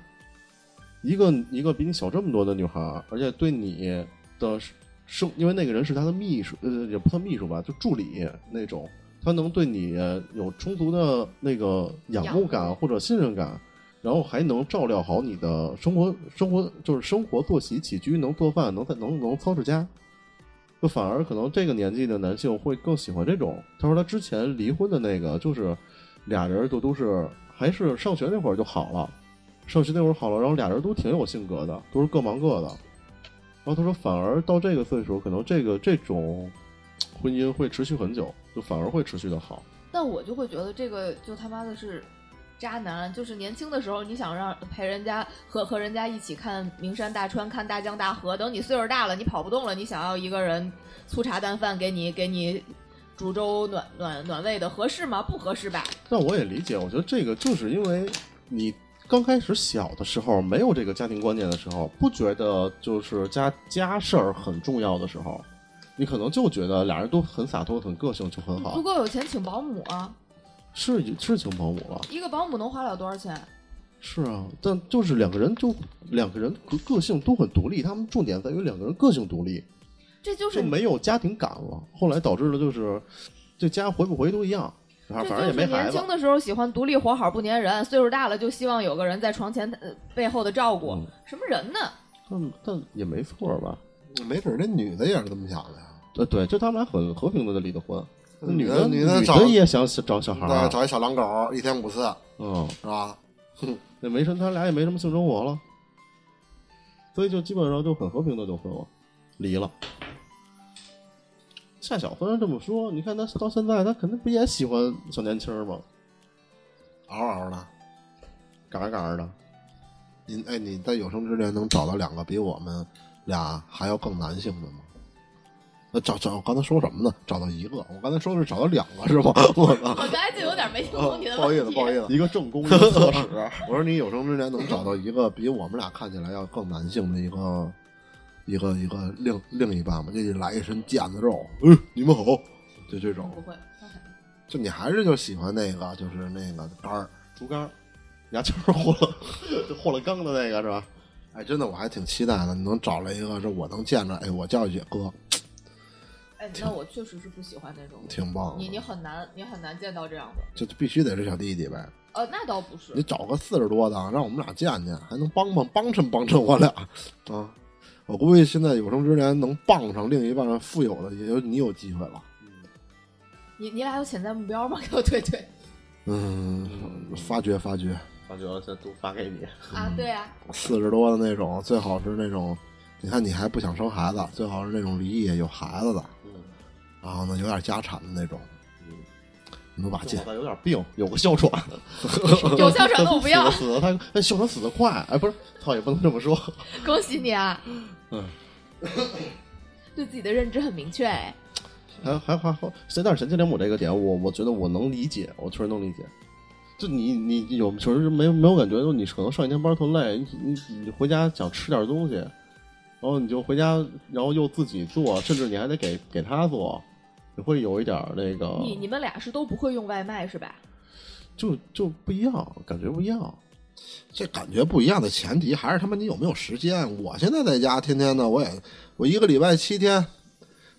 [SPEAKER 5] 一个一个比你小这么多的女孩儿，而且对你的生，因为那个人是她的秘书，呃，也不算秘书吧，就助理那种，她能对你有充足的那个仰慕感或者信任感，然后还能照料好你的生活，生活就是生活作息起居，能做饭，能在能能操持家。就反而可能这个年纪的男性会更喜欢这种。他说他之前离婚的那个就是俩人就都是还是上学那会儿就好了，上学那会儿好了，然后俩人都挺有性格的，都是各忙各的。然后他说，反而到这个岁数，可能这个这种嘖婚姻会持续很久，就反而会持续的好。
[SPEAKER 4] 但我就会觉得这个就他妈的是渣男，就是年轻的时候你想让陪人家和和人家一起看名山大川、看大江大河，等你岁数大了，你跑不动了，你想要一个人粗茶淡饭给你给你煮粥暖暖暖胃的，合适吗？不合适吧？
[SPEAKER 5] 但我也理解，我觉得这个就是因为你刚开始小的时候没有这个家庭观念的时候，不觉得就是家家事儿很重要的时候，你可能就觉得俩人都很洒脱、很个性就很好
[SPEAKER 4] 足，够有钱请保姆啊，
[SPEAKER 5] 是是请保姆了。
[SPEAKER 4] 一个保姆能花了多少钱？
[SPEAKER 5] 是啊，但就是两个人就两个人个个性都很独立，他们重点在于两个人个性独立，
[SPEAKER 4] 这就是
[SPEAKER 5] 就没有家庭感了。后来导致了就是这家回不回都一样，反正反正
[SPEAKER 4] 这
[SPEAKER 5] 也
[SPEAKER 4] 就
[SPEAKER 5] 没
[SPEAKER 4] 是
[SPEAKER 5] 孩
[SPEAKER 4] 年
[SPEAKER 5] 子
[SPEAKER 4] 轻。的时候喜欢独立活好不粘人，岁数大了就希望有个人在床前、呃、背后的照顾。
[SPEAKER 5] 嗯
[SPEAKER 4] 什么人呢？
[SPEAKER 5] 但嗯但也没错吧？
[SPEAKER 1] 没准儿那女的也是这么想的呀。
[SPEAKER 5] 呃，对，就他们俩很和平的离的婚，那嗯女
[SPEAKER 1] 的
[SPEAKER 5] 的
[SPEAKER 1] 女
[SPEAKER 5] 的
[SPEAKER 1] 找
[SPEAKER 5] 也想找啊小孩
[SPEAKER 1] 那
[SPEAKER 5] 儿，
[SPEAKER 1] 找一小狼狗，一天五次
[SPEAKER 5] 嗯，
[SPEAKER 1] 是吧？
[SPEAKER 5] 那没什么，他俩也没什么性生活了，所以就基本上就很和平的就分了，离了。夏小虽然这么说，你看他到现在，他肯定不也喜欢小年轻儿吗？
[SPEAKER 1] 嗷嗷的。
[SPEAKER 5] 嘎嘎的，
[SPEAKER 1] 您哎，你在有生之年能找到两个比我们俩还要更男性的吗？呃，找找，我刚才说什么呢？找到一个，我刚才说是找到两个是吗？我操！
[SPEAKER 6] 我刚才就有点没听
[SPEAKER 1] 哦
[SPEAKER 6] 懂你的
[SPEAKER 1] 不好意思，
[SPEAKER 6] 问
[SPEAKER 1] 不好意
[SPEAKER 6] 题。
[SPEAKER 1] 思，
[SPEAKER 5] 一个正宫，一个侧室，
[SPEAKER 1] 我说你有生之年能找到一个比我们俩看起来要更男性的一个一个一个另另一半吗？这来一身腱子肉，嗯，你们好，就这种
[SPEAKER 5] 嗯
[SPEAKER 4] 不，会，
[SPEAKER 1] 就你还是就喜欢那个，就是那个杆儿。
[SPEAKER 5] 竹竿儿，牙签儿霍了 霍了缸的那个是吧？
[SPEAKER 1] 哎，真的，我还挺期待的，你能找来一个，这我能见着，哎，我叫姐哥，
[SPEAKER 4] 哎，那我确实是不喜欢那种。
[SPEAKER 1] 挺棒
[SPEAKER 4] 你你
[SPEAKER 1] 的，
[SPEAKER 4] 很难，你很难见到这样的。
[SPEAKER 1] 就必须得是小弟弟呗。
[SPEAKER 4] 呃，那倒不是
[SPEAKER 1] 你，找个四十多的，让我们俩见见，还能帮帮帮衬帮衬我俩啊！我估计现在有生之年能傍上另一半富有的，也就你有机会了。
[SPEAKER 4] 你你俩有潜在目标吗？给我推推
[SPEAKER 1] 嗯，发掘发掘，
[SPEAKER 5] 发觉现在都发给你，
[SPEAKER 4] 啊！对啊，
[SPEAKER 1] 四十多的那种，最好是那种，你看你还不想生孩子，最好是那种离异有孩子的，然后呢有点家产的那种，你都把
[SPEAKER 5] 现
[SPEAKER 1] 劲，
[SPEAKER 5] 在有点病，有个哮喘，，
[SPEAKER 6] 有哮喘的我不要
[SPEAKER 5] 死的他他哮喘死的快，哎，不是，操，也不能这么说。
[SPEAKER 6] 恭喜你啊！
[SPEAKER 5] 嗯
[SPEAKER 4] 对自己的认知很明确。哎，
[SPEAKER 5] 还还还好，现在神经连母这个点，我我觉得我能理解，我确实能理解。就你你有确实没有没有感觉，就你可能上一天班特累，你你你回家想吃点东西，然后你就回家，然后又自己做，甚至你还得给给他做，你会有一点儿那个，
[SPEAKER 4] 你你们俩是都不会用外卖是吧？
[SPEAKER 5] 就就不一样，感觉不一样。
[SPEAKER 1] 这感觉不一样的前提还是他妈你有没有时间。我现在在家天天呢，我也我一个礼拜七天，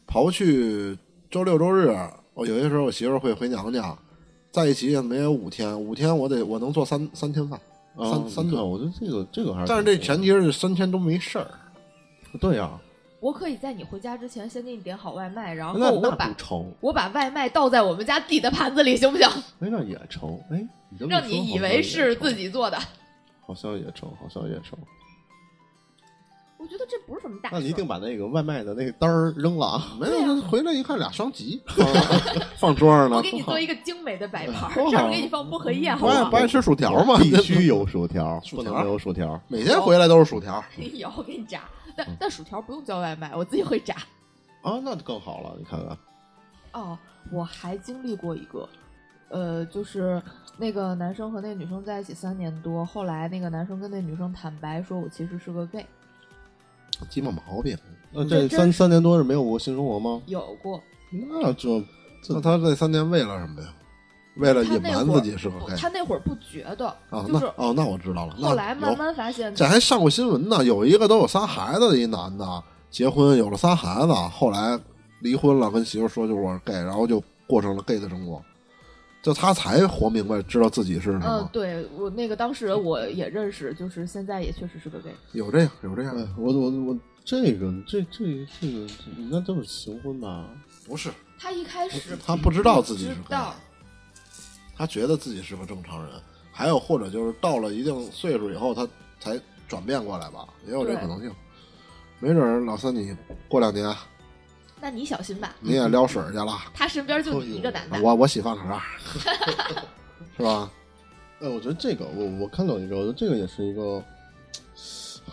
[SPEAKER 1] 刨去周六周日，我有些时候我媳妇儿会回娘家，在一起也没有五天，五天我得我能做三三天饭，
[SPEAKER 5] 啊
[SPEAKER 1] 三三
[SPEAKER 5] 你看
[SPEAKER 1] 顿。
[SPEAKER 5] 我觉得这个这个还是挺好的，
[SPEAKER 1] 但是这前提是三天都没事儿，
[SPEAKER 5] 对呀、
[SPEAKER 4] 我可以在你回家之前先给你点好外卖，然后
[SPEAKER 5] 那
[SPEAKER 4] 我
[SPEAKER 5] 那
[SPEAKER 4] 把
[SPEAKER 5] 不成，
[SPEAKER 4] 我把外卖倒在我们家自己的盘子里，行不行？
[SPEAKER 5] 哎，那也成，哎，你这么
[SPEAKER 4] 让
[SPEAKER 5] 说
[SPEAKER 4] 你
[SPEAKER 5] 好
[SPEAKER 4] 以
[SPEAKER 5] 像
[SPEAKER 4] 为
[SPEAKER 5] 也
[SPEAKER 4] 是
[SPEAKER 5] 成
[SPEAKER 4] 自，己做的。
[SPEAKER 5] 好像也成，好像也成。
[SPEAKER 4] 我觉得这不是什么大事
[SPEAKER 5] 那
[SPEAKER 4] 儿。
[SPEAKER 5] 你一定把那个外卖的那个单儿扔了 啊！
[SPEAKER 1] 没有回来一看俩双极放 放桌上呢
[SPEAKER 4] 我给，你做一个精美的摆盘儿，
[SPEAKER 1] 多好
[SPEAKER 4] 这儿给你放薄荷叶，好
[SPEAKER 1] 不
[SPEAKER 4] 啊
[SPEAKER 1] 爱
[SPEAKER 4] 吗
[SPEAKER 1] 不？爱吃薯条吗？
[SPEAKER 5] 必须有薯条，
[SPEAKER 1] 薯
[SPEAKER 5] 不能
[SPEAKER 1] 条
[SPEAKER 5] 没有薯条。
[SPEAKER 1] 每天回来都是薯条。
[SPEAKER 4] 以后给你炸。但但薯条不用叫外卖，我自己会炸。
[SPEAKER 5] 啊，那就更好了，你看看，
[SPEAKER 4] 哦，我还经历过一个，呃，就是那个男生和那女生在一起三年多，后来那个男生跟那女生坦白说，我其实是个 gay，
[SPEAKER 1] 鸡毛毛病。
[SPEAKER 5] 那
[SPEAKER 4] 这真
[SPEAKER 5] 这三
[SPEAKER 4] 是
[SPEAKER 5] 三年多是没有过性生活吗？
[SPEAKER 4] 有过。
[SPEAKER 5] 那这
[SPEAKER 1] 那他这三年为了什么呀？为了
[SPEAKER 4] 他
[SPEAKER 1] 呃隐
[SPEAKER 4] 那
[SPEAKER 1] 瞒
[SPEAKER 4] 会儿
[SPEAKER 1] 自己是个
[SPEAKER 4] 不
[SPEAKER 1] gay
[SPEAKER 4] 他那会儿不觉得，
[SPEAKER 1] 啊？
[SPEAKER 4] 就
[SPEAKER 1] 那
[SPEAKER 4] 是
[SPEAKER 1] 哦，那我知道了。那
[SPEAKER 4] 后来慢
[SPEAKER 1] 有
[SPEAKER 4] 慢发现，
[SPEAKER 1] 这还上过新闻呢，有一个都有仨孩子的一男的，结婚有了仨孩子，后来离婚了，跟媳妇说就是我是 gay，然后就过上了 gay 的生活，就他才活明白，知道自己是什
[SPEAKER 4] 嗯
[SPEAKER 1] 么，。
[SPEAKER 4] 对我那个当时我也认识，就是现在也确实是个 gay。
[SPEAKER 1] 有这样，有这样，
[SPEAKER 5] 哎，我我我这个这这这个，那都是行婚吧？
[SPEAKER 1] 不是
[SPEAKER 4] 他一开始
[SPEAKER 1] 他不知道自己是
[SPEAKER 4] 知
[SPEAKER 1] gay，
[SPEAKER 4] 道，
[SPEAKER 1] 他觉得自己是个正常人，还有或者就是到了一定岁数以后，他才转变过来吧，也有这
[SPEAKER 4] 对
[SPEAKER 1] 可能性。没准儿老三你过两年
[SPEAKER 6] 那你小心吧，
[SPEAKER 1] 你也撩水儿去了，
[SPEAKER 6] 他身边就你一个男的，
[SPEAKER 1] 我我洗饭盒，啊是吧？
[SPEAKER 5] 哎，我觉得这个我我看到一个，我觉得这个也是一个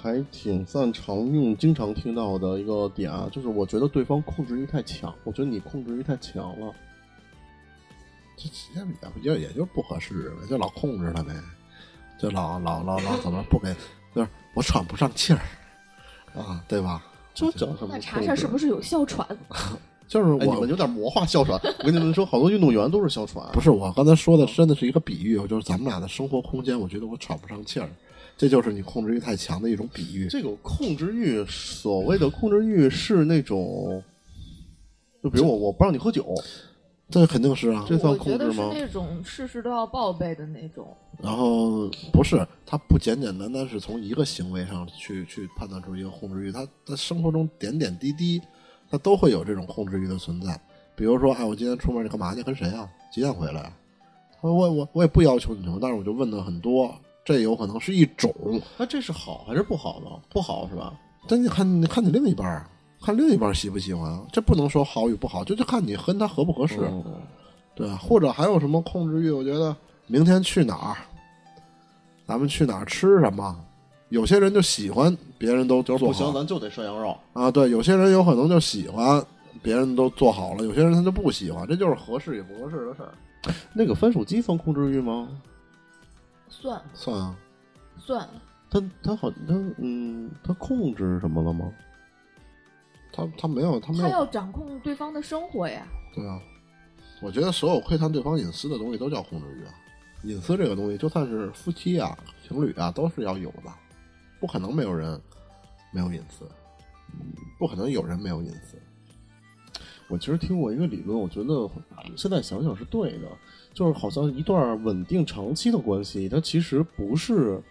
[SPEAKER 5] 还挺算常用、经常听到的一个点啊，就是我觉得对方控制欲太强，我觉得你控制欲太强了。
[SPEAKER 1] 这也也也就不合适呗，就老控制他呗，就老老老老怎么不给，就是我喘不上气儿啊，对吧？
[SPEAKER 5] 这叫什么控制？
[SPEAKER 6] 那查查是不
[SPEAKER 5] 是？
[SPEAKER 6] 是有哮喘？
[SPEAKER 1] 就是
[SPEAKER 5] 哎，
[SPEAKER 1] 我、
[SPEAKER 5] 你们有点魔化哮喘。我跟你们说，好多运动员都是啊哮喘。
[SPEAKER 1] 不是我刚才说的，真的是一个比喻，就是咱们俩的生活空间，我觉得我喘不上气儿，这就是你控制欲太强的一种比喻。
[SPEAKER 5] 这个控制欲，所谓的控制欲是那种，就比如我我不让你喝酒，
[SPEAKER 1] 这肯定是啊，
[SPEAKER 5] 这算
[SPEAKER 4] 我觉
[SPEAKER 5] 控制
[SPEAKER 4] 得是
[SPEAKER 5] 吗？
[SPEAKER 4] 那种事事都要报备的那种。
[SPEAKER 1] 然后不是他不简简单单是从一个行为上去去判断出一个控制欲，他他生活中点点滴滴，他都会有这种控制欲的存在。比如说，哎，我今天出门你干嘛去？跟谁啊？几点回来啊？他说我我我也不要求你什么，但是我就问的很多，这有可能是一种。
[SPEAKER 5] 那这是好还是不好呢？不好是吧？
[SPEAKER 1] 但你看你看你另一半儿，看另一半儿喜不喜欢，这不能说好与不好，就就看你和他合不合适。
[SPEAKER 5] 嗯
[SPEAKER 1] 对啊，或者还有什么控制欲？我觉得明天去哪儿，咱们去哪儿吃什么？有些人就喜欢别人都
[SPEAKER 5] 就是
[SPEAKER 1] 做
[SPEAKER 5] 不行，
[SPEAKER 1] 好
[SPEAKER 5] 咱就得涮羊肉。
[SPEAKER 1] 啊，对，有些人有可能就喜欢别人都做好了，有些人他就不喜欢，这就是合适与不合适的事儿。
[SPEAKER 5] 那个翻手机算控制欲吗？
[SPEAKER 4] 算
[SPEAKER 1] 算啊，
[SPEAKER 4] 算，
[SPEAKER 5] 他他好他嗯，他控制什么了吗？
[SPEAKER 1] 他他没有，他没
[SPEAKER 4] 他
[SPEAKER 1] 有，
[SPEAKER 4] 要掌控对方的生活呀。
[SPEAKER 1] 对啊。我觉得所有窥探对方隐私的东西都叫控制欲啊。隐私这个东西，就算是夫妻啊、情侣啊，都是要有的，不可能没有人没有隐私，不可能有人没有隐私。
[SPEAKER 5] 我其实听过一个理论，我觉得现在想想是对的，就是好像一段稳定长期的关系，它其实不是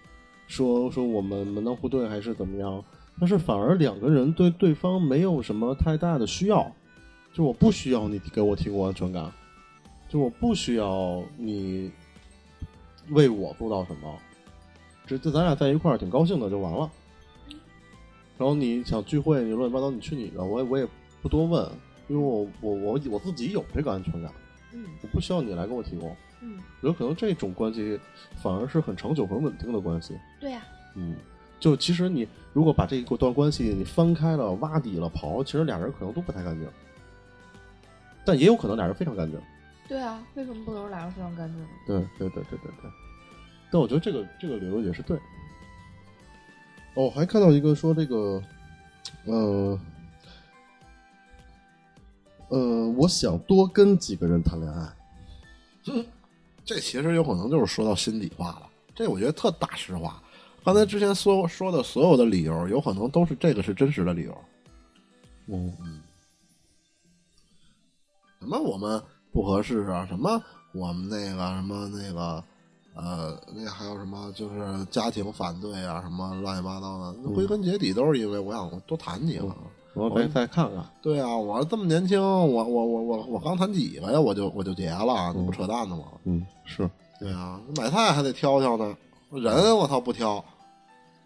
[SPEAKER 5] 说说我们门当户对还是怎么样，但是反而两个人对对方没有什么太大的需要，就我不需要你给我提供安全感，就我不需要你为我做到什么，这这咱俩在一块儿挺高兴的就完了。然后你想聚会，你乱七八糟，你去你的，我也我也不多问，因为我我我我自己有这个安全感，
[SPEAKER 4] 嗯
[SPEAKER 5] 我不需要你来给我提供。
[SPEAKER 4] 嗯，
[SPEAKER 5] 有可能这种关系反而是很长久、很稳定的关系。
[SPEAKER 6] 对呀、
[SPEAKER 5] 嗯，就其实你如果把这一段关系你翻开了、挖底了刨，其实俩人可能都不太干净，但也有可能俩人非常干净。
[SPEAKER 4] 对啊，为什么不能俩人非常干净呢？
[SPEAKER 5] 对对对对对对。但我觉得这个这个理论也是对。哦，我还看到一个说这个，呃，呃，我想多跟几个人谈恋爱。
[SPEAKER 1] 这其实有可能就是说到心底话了，这我觉得特大实话。刚才之前说说的所有的理由，有可能都是这个是真实的理由。
[SPEAKER 5] 嗯，
[SPEAKER 1] 什么我们不合适啊？什么我们那个什么那个呃，那还有什么就是家庭反对啊？什么乱七八糟的，
[SPEAKER 5] 嗯
[SPEAKER 1] 归根结底都是因为我想多谈几个。
[SPEAKER 5] 我再再看看。
[SPEAKER 1] 对啊，我这么年轻，我我我我我刚谈几个呀，我就我就结了，啊你不扯淡呢吗？
[SPEAKER 5] 嗯，是。
[SPEAKER 1] 对啊，买菜还得挑挑呢，
[SPEAKER 5] 嗯
[SPEAKER 1] 人我操不挑。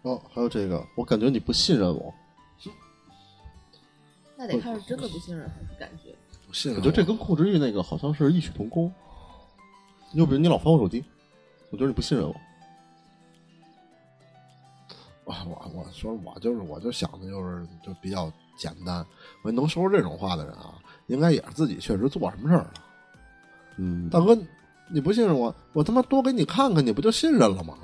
[SPEAKER 5] 哦，还有这个，我感觉你不信任我，
[SPEAKER 4] 那得看是真的不信任还是感觉。
[SPEAKER 1] 我信
[SPEAKER 5] 我
[SPEAKER 1] 了
[SPEAKER 5] 觉得这跟控制欲那个好像是异曲同工。又比如你老翻我手机，我觉得你不信任我。
[SPEAKER 1] 我啊我我说我就是我就想的就是就比较简单，我能说出这种话的人啊，应该也是自己确实做什么事儿了。
[SPEAKER 5] 嗯，
[SPEAKER 1] 大哥，你不信任我，我他妈多给你看看，你不就信任了吗？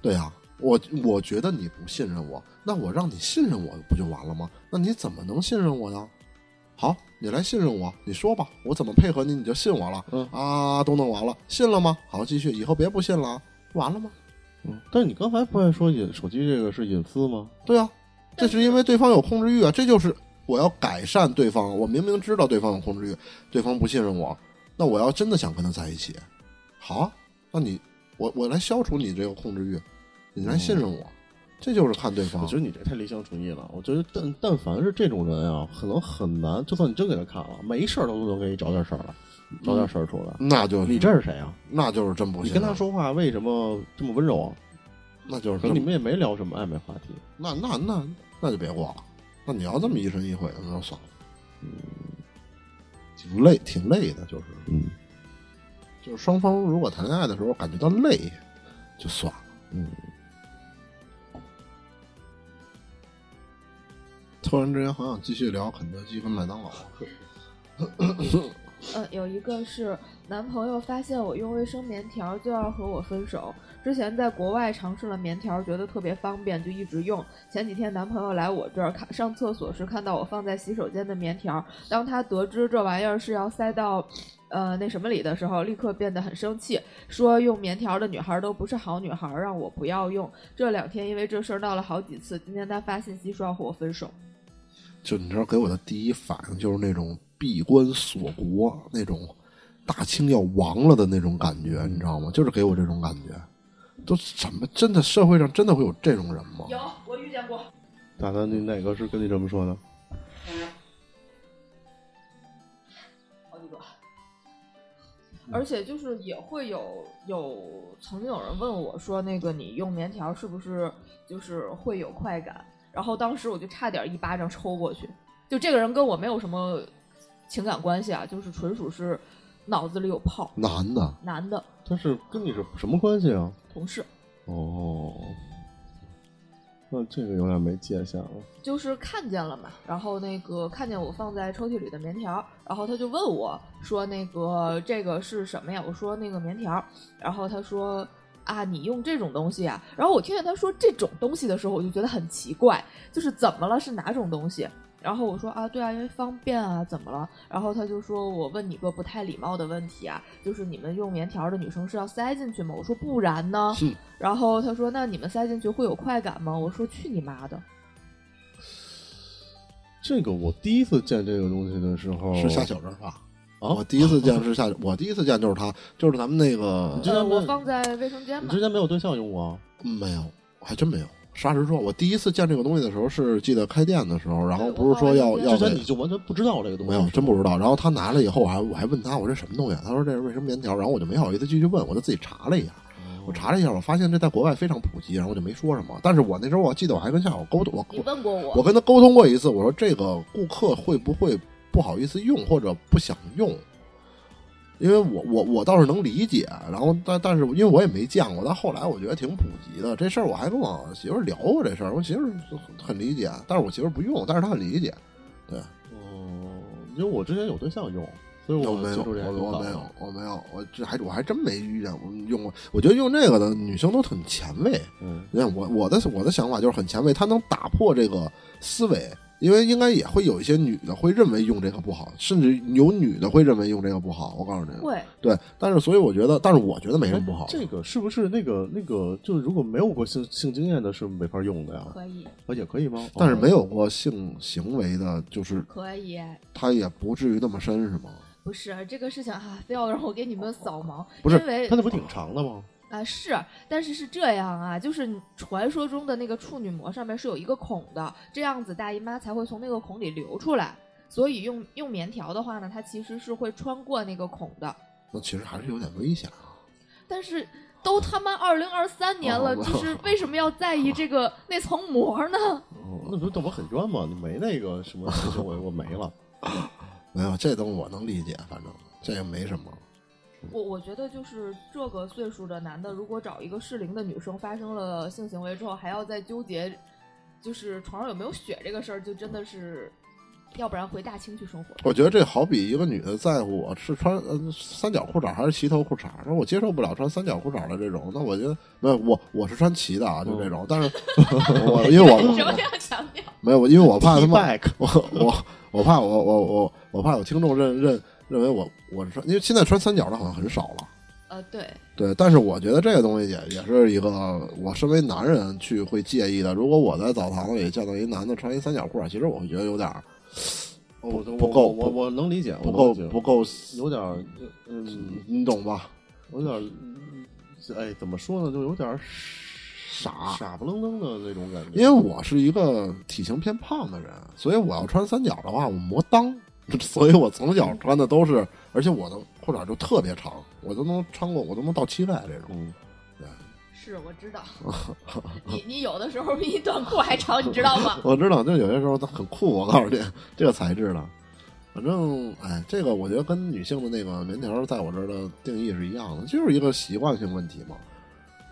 [SPEAKER 1] 对呀、我我觉得你不信任我，那我让你信任我不就完了吗？那你怎么能信任我呀？好，你来信任我，你说吧，我怎么配合你，你就信我了。
[SPEAKER 5] 嗯
[SPEAKER 1] 啊，都弄完了，信了吗？好，继续，以后别不信了啊，完了吗？
[SPEAKER 5] 嗯，但你刚才不是说隐手机这个是隐私吗？
[SPEAKER 1] 对啊，这是因为对方有控制欲啊，这就是我要改善对方。我明明知道对方有控制欲，对方不信任我，那我要真的想跟他在一起，好啊，那你我我来消除你这个控制欲，你来信任我，这就是看对方
[SPEAKER 5] 我觉。得你这太理想主义了。我觉得但但凡是这种人啊，可能很难。就算你真给他看了，没事儿都能给你找点事儿来，找点事儿出来。
[SPEAKER 1] 那就是
[SPEAKER 5] 你这是谁啊？
[SPEAKER 1] 那就是真不
[SPEAKER 5] 你
[SPEAKER 1] 信。
[SPEAKER 5] 跟他，说话为什么这么温柔啊？
[SPEAKER 1] 那就是
[SPEAKER 5] 可
[SPEAKER 1] 真
[SPEAKER 5] 能你们也没聊什么暧昧话题。
[SPEAKER 1] 那那那那就别过了。那你要这么疑神疑鬼的，那就算了。嗯挺累，挺累的，就是
[SPEAKER 5] 嗯
[SPEAKER 1] 就是双方如果谈恋爱的时候感觉到累，就算了。
[SPEAKER 5] 嗯，
[SPEAKER 1] 突然之间好想继续聊肯德基跟麦当劳。
[SPEAKER 4] 呃，有一个是男朋友发现我用卫生棉条就要和我分手。之前在国外尝试了棉条，觉得特别方便，就一直用。前几天男朋友来我这儿看上厕所时，看到我放在洗手间的棉条，当他得知这玩意儿是要塞到。呃，那什么里的时候，立刻变得很生气，说用棉条的女孩都不是好女孩，让我不要用。这两天因为这事儿闹了好几次，今天他发信息说要和我分手。
[SPEAKER 1] 就你知道，给我的第一反应就是那种闭关锁国那种大清要亡了的那种感觉，你知道吗？就是给我这种感觉。都怎么真的社会上真的会有这种人吗？
[SPEAKER 4] 有，我遇见过。
[SPEAKER 5] 大丹，你哪个是跟你这么说的？
[SPEAKER 4] 而且就是也会有有曾经有人问我说，那个你用棉条是不是就是会有快感？然后当时我就差点一巴掌抽过去。就这个人跟我没有什么情感关系啊，就是纯属是脑子里有泡。
[SPEAKER 1] 男的，
[SPEAKER 4] 男的
[SPEAKER 5] 他是跟你是什么关系啊？
[SPEAKER 4] 同事
[SPEAKER 5] 哦，那这个有点没界限了。
[SPEAKER 4] 就是看见了嘛，然后那个看见我放在抽屉里的棉条，然后他就问我说那个这个是什么呀？我说那个棉条，然后他说啊，你用这种东西啊？然后我听见他说这种东西的时候，我就觉得很奇怪，就是怎么了？是哪种东西？然后我说啊，对啊，因为方便啊，怎么了？然后他就说我问你个不太礼貌的问题啊，就是你们用棉条的女生是要塞进去吗？我说不然呢。
[SPEAKER 1] 哼
[SPEAKER 4] 然后他说那你们塞进去会有快感吗？我说去你妈的！
[SPEAKER 5] 这个我第一次见这个东西的时候
[SPEAKER 1] 是夏小人吧？
[SPEAKER 5] 哦啊
[SPEAKER 1] 我第一次见是夏小，我第一次见就是他，就是咱们那个
[SPEAKER 5] 之前
[SPEAKER 4] 呃，我
[SPEAKER 5] 问
[SPEAKER 4] 放在卫生间
[SPEAKER 5] 你
[SPEAKER 4] 嘛
[SPEAKER 5] 之。前没有对象用过啊？
[SPEAKER 1] 没有，还真没有。实话实说，我第一次见这个东西的时候是记得开店的时候，然后
[SPEAKER 4] 对
[SPEAKER 1] 不是说要
[SPEAKER 4] 我
[SPEAKER 1] 要
[SPEAKER 4] 放
[SPEAKER 5] 之
[SPEAKER 1] 给
[SPEAKER 5] 前你就完全不知道这个东西，
[SPEAKER 1] 没有，真不知道。然后他拿了以后，我还我还问他，我这什么东西啊？他说这是卫生棉条。然后我就没好意思继续问，我就自己查了一下。我查了一下，我发现这在国外非常普及，然后我就没说什么。但是我那时候我记得我还跟夏小沟通，我
[SPEAKER 4] 你问过我，
[SPEAKER 1] 我跟他沟通过一次，我说这个顾客会不会不好意思用或者不想用？因为我我我倒是能理解，然后但但是因为我也没见过，但后来我觉得挺普及的。这事儿我还跟我媳妇儿聊过这事儿，我媳妇儿很很理解，但是我媳妇儿不用，但是她很理解。
[SPEAKER 5] 哦，因为我之前有对象用，所以
[SPEAKER 1] 我没
[SPEAKER 5] 接
[SPEAKER 1] 有，
[SPEAKER 5] 触这个
[SPEAKER 1] 我我没有，我没有，我这还我还真没遇见过用过。我觉得用这个的女生都很前卫，
[SPEAKER 5] 嗯，
[SPEAKER 1] 你看我我的我的想法就是很前卫，他能打破这个思维，因为应该也会有一些女的会认为用这个不好，甚至有女的会认为用这个不好。我告诉你，
[SPEAKER 4] 会
[SPEAKER 1] 对，但是所以我觉得，但是我觉得没什么不好。
[SPEAKER 5] 这个是不是那个那个就是如果没有过性性经验的是没法用的呀？
[SPEAKER 4] 可以
[SPEAKER 5] 而且可以吗？哦
[SPEAKER 1] 但是没有过性行为的，就是
[SPEAKER 6] 可以，
[SPEAKER 1] 他也不至于那么深，是吗？
[SPEAKER 6] 不是这个事情啊，非要让我给你们扫盲，
[SPEAKER 5] 不是
[SPEAKER 6] 因为
[SPEAKER 5] 它那不挺长的吗？
[SPEAKER 6] 啊是，但是是这样啊，就是你传说中的那个处女膜上面是有一个孔的，这样子大姨妈才会从那个孔里流出来。所以用用棉条的话呢，它其实是会穿过那个孔的。
[SPEAKER 1] 那其实还是有点危险啊。
[SPEAKER 6] 但是都他妈二零二三年了，
[SPEAKER 1] 哦
[SPEAKER 6] 就是为什么要在意这个那层膜呢？
[SPEAKER 5] 那不是等我很冤吗？你没那个什么，就 是我我没了。
[SPEAKER 1] 没有，这东西我能理解，反正这个没什么。
[SPEAKER 4] 我我觉得就是这个岁数的男的，如果找一个适龄的女生发生了性行为之后，还要再纠结，就是床上有没有血这个事儿，就真的是
[SPEAKER 6] 要不然回大清去生 活。
[SPEAKER 1] 我觉得这好比一个女的在乎我是穿呃三角裤衩还是齐头裤衩，那我接受不了穿三角裤衩的这种，那我觉得没有我我是穿齐的啊，就这种，但是我因为我
[SPEAKER 6] 什么 要强调？
[SPEAKER 1] 没有我因为我怕他妈
[SPEAKER 5] back
[SPEAKER 1] 我我我怕我我我我怕有听众认认认为我我是穿，因为现在穿三角的好像很少了。
[SPEAKER 6] 呃，对，
[SPEAKER 1] 对，但是我觉得这个东西也也是一个我身为男人去会介意的。如果我在澡堂里见到一男的穿一三角裤衩，其实我会觉得有点儿
[SPEAKER 5] 我
[SPEAKER 1] 不够
[SPEAKER 5] 我我我能理解，
[SPEAKER 1] 不
[SPEAKER 5] 我
[SPEAKER 1] 够
[SPEAKER 5] 能理解
[SPEAKER 1] 不够，
[SPEAKER 5] 有点儿，嗯，
[SPEAKER 1] 你懂吧？
[SPEAKER 5] 有点儿，嗯哎，怎么说呢，就有点儿
[SPEAKER 1] 傻，
[SPEAKER 5] 傻不愣登的那种感觉。
[SPEAKER 1] 因为我是一个体型偏胖的人，所以我要穿三角的话，我磨裆， 所以我从小穿的都是，而且我的裤衩就特别长，我都能穿过，我都能到膝盖这种。
[SPEAKER 5] 嗯，
[SPEAKER 6] 是我知 道。你你有的时候比你短裤还长，你知道 吗？
[SPEAKER 1] 我知道，就有些时候它很酷，我告诉你，这个材质的，反正哎，这个我觉得跟女性的那个棉条在我这儿的定义是一样的，就是一个习惯性问题嘛。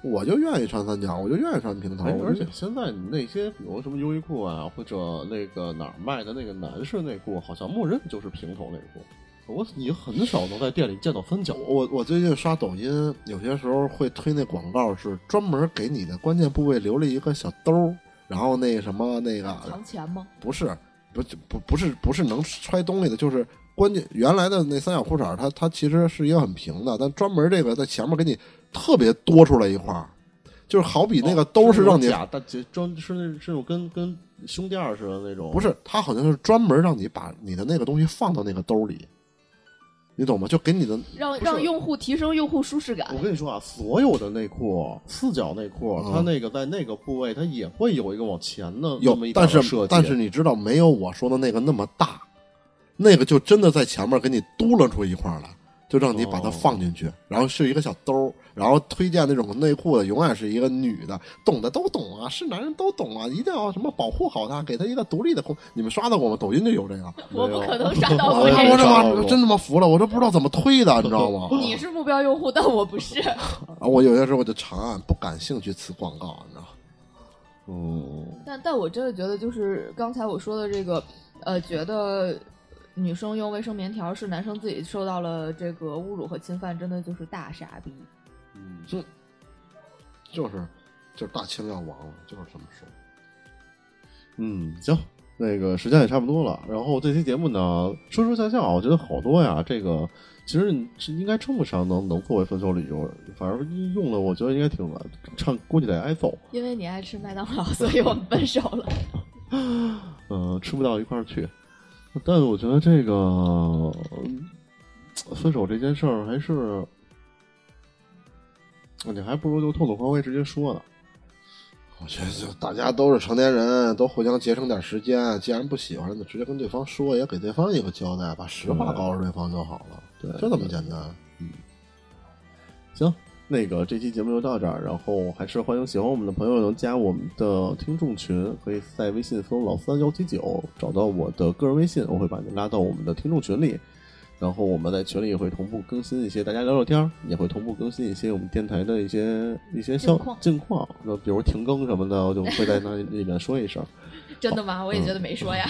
[SPEAKER 1] 我就愿意穿三角，我就愿意穿平头，
[SPEAKER 5] 哎，
[SPEAKER 1] 我
[SPEAKER 5] 而
[SPEAKER 1] 就
[SPEAKER 5] 且现在你那些比如什么优衣库啊，或者那个哪儿卖的那个男士内裤，好像默认就是平头内裤。我你很少能在店里见到三角。
[SPEAKER 1] 我我最近刷抖音，有些时候会推那广告，是专门给你的关键部位留了一个小兜儿，然后那什么那个
[SPEAKER 6] 藏钱吗？
[SPEAKER 1] 不是不不不是不是能揣东西的，就是关键原来的那三角裤衩，它它其实是一个很平的，但专门这个在前面给你特别多出来一块儿，就是好比那个兜是
[SPEAKER 5] 哦是
[SPEAKER 1] 让你、
[SPEAKER 5] 假，但其实装是那是那种跟跟胸垫儿似的那种。
[SPEAKER 1] 不是，它好像是专门让你把你的那个东西放到那个兜里，你懂吗？就给你的
[SPEAKER 6] 让
[SPEAKER 5] 是
[SPEAKER 6] 让用户提升用户舒适感
[SPEAKER 5] 我。跟你说啊，所有的内裤，四角内裤，
[SPEAKER 1] 嗯
[SPEAKER 5] 它那个在那个部位，它也会有一个往前的
[SPEAKER 1] 有
[SPEAKER 5] 那么一，
[SPEAKER 1] 但
[SPEAKER 5] 点
[SPEAKER 1] 是
[SPEAKER 5] 的设计。
[SPEAKER 1] 但是你知道没有我说的那个那么大，那个就真的在前面给你嘟噜出一块儿来，就让你把它
[SPEAKER 5] 哦
[SPEAKER 1] 放进去，然后是一个小兜儿，然后推荐那种内裤的永远是一个女的，懂的都懂啊，是男人都懂啊，一定要什么保护好她，给她一个独立的空。你们刷到过吗？抖音就有这个，
[SPEAKER 6] 我不
[SPEAKER 5] 没有
[SPEAKER 6] 可 能刷到
[SPEAKER 1] 我
[SPEAKER 6] 过
[SPEAKER 5] 也
[SPEAKER 6] 这
[SPEAKER 5] 没
[SPEAKER 6] 个。
[SPEAKER 1] 我这妈
[SPEAKER 5] 刷到过
[SPEAKER 1] 真他妈服了，我都不知道怎么推的，你知道吗？
[SPEAKER 6] 你是目标用户，但我不是。
[SPEAKER 1] 啊，我有些时候我就长按，不感兴趣此广告，你知道吗？
[SPEAKER 5] 嗯，
[SPEAKER 4] 但但我真的觉得，就是刚才我说的这个，呃，觉得女生用卫生棉条是男生自己受到了这个侮辱和侵犯，真的就是大傻逼。
[SPEAKER 5] 嗯
[SPEAKER 1] 就是就是大清要亡了，就是这么说。
[SPEAKER 5] 嗯，行，那个时间也差不多了。然后这期节目呢，说说笑笑，我觉得好多呀。这个其实你是应该称不上能能作为分手理由，反正用了，我觉得应该挺难，唱估计得挨揍。
[SPEAKER 6] 因为你爱吃麦当劳，所以我们分手了。
[SPEAKER 5] 嗯、吃不到一块儿去。但我觉得这个嗯分手这件事儿还是，哎你还不如就痛痛快快直接说呢。
[SPEAKER 1] 我觉得就大家都是成年人，都互相节省点时间。既然不喜欢，就直接跟对方说，也给对方一个交代，把实话
[SPEAKER 5] 对
[SPEAKER 1] 告诉对方就好了，
[SPEAKER 5] 对
[SPEAKER 1] 就这么简单。
[SPEAKER 5] 行，那个这期节目就到这儿，然后还是欢迎喜欢我们的朋友能加我们的听众群，可以在微信搜“老三幺七九”找到我的个人微信，我会把你拉到我们的听众群里。然后我们在群里也会同步更新一些大家聊聊天儿，也会同步更新一些我们电台的一些一些消
[SPEAKER 6] 近况
[SPEAKER 5] 近况，那比如停更什么的，我就会在那里面说一声。
[SPEAKER 6] 真的吗？我也觉得没说呀。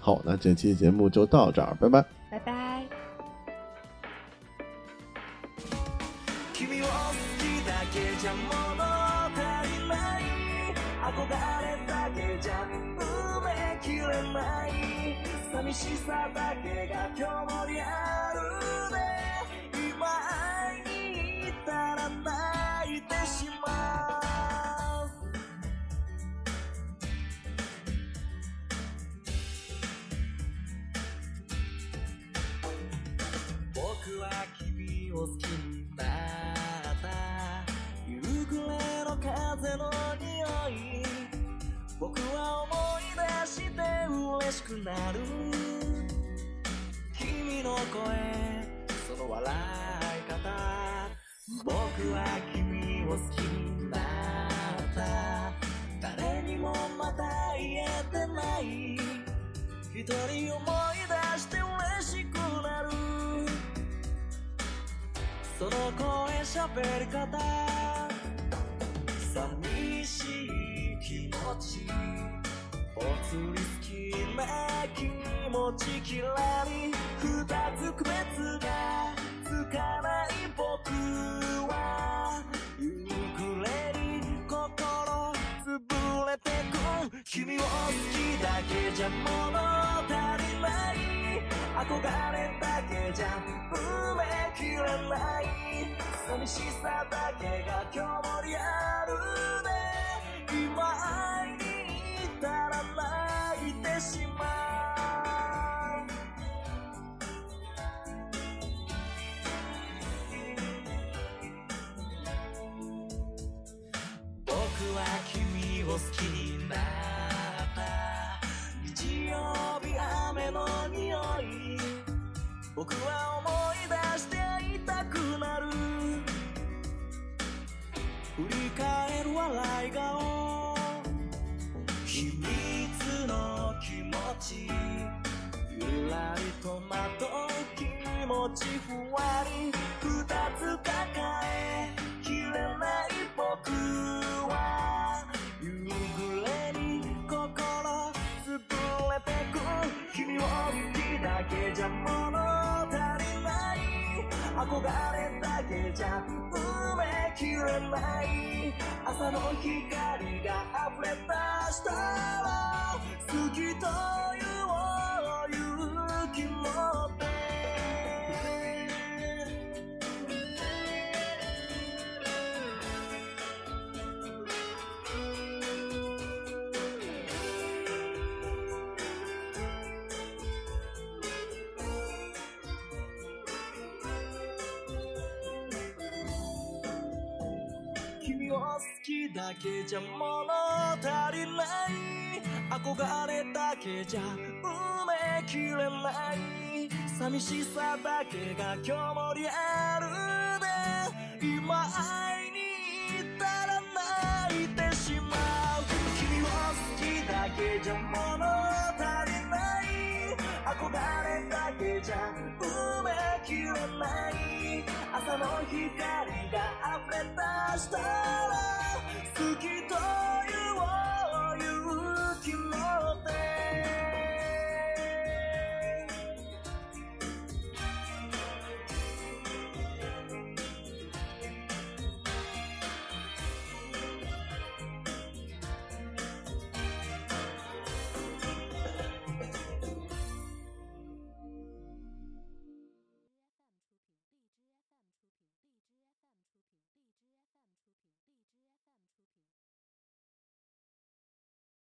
[SPEAKER 5] 好，那这期节目就到这儿，拜拜。
[SPEAKER 6] 拜拜。
[SPEAKER 7] 君を好きだけじゃ物足りない憧れだけじゃ埋めきれない寂しさだけが今日のリアルで今会いに行ったら泣いてしまう僕は君を好きになった夕暮れの風の匂い僕は思い出して嬉しくなる君の声その笑い方僕は君を好きになった誰にもまた言えてない一人思い出して嬉しくなるその声喋り方寂しい気持ちぽつり好きな君持ちきらに二つ区別がつかない僕は夕暮れに心潰れてく君を好きだけじゃ物足りない憧れだけじゃ埋めきれない寂しさだけが今日もリアルで今愛に至らないでしまう僕は君を好きになった日曜日雨の匂い僕は思い出していたくなる振り返る笑い顔秘密の気持ちゆらりとまとう気持ちふわり二つ抱えきれない僕は夕暮れに心潰れてく君を好きだけじゃ物足りない憧れだけじゃ埋めきれない朝の光が溢れ出したら好きという勇気持って君を好きだけじゃ物足りない憧れだけじゃ埋めきれない寂しさだけが今日もリアルで今愛に至らないでしまう君を好きだけじゃ物足りない憧れだけじゃ埋めきれない朝の光が溢れ出したら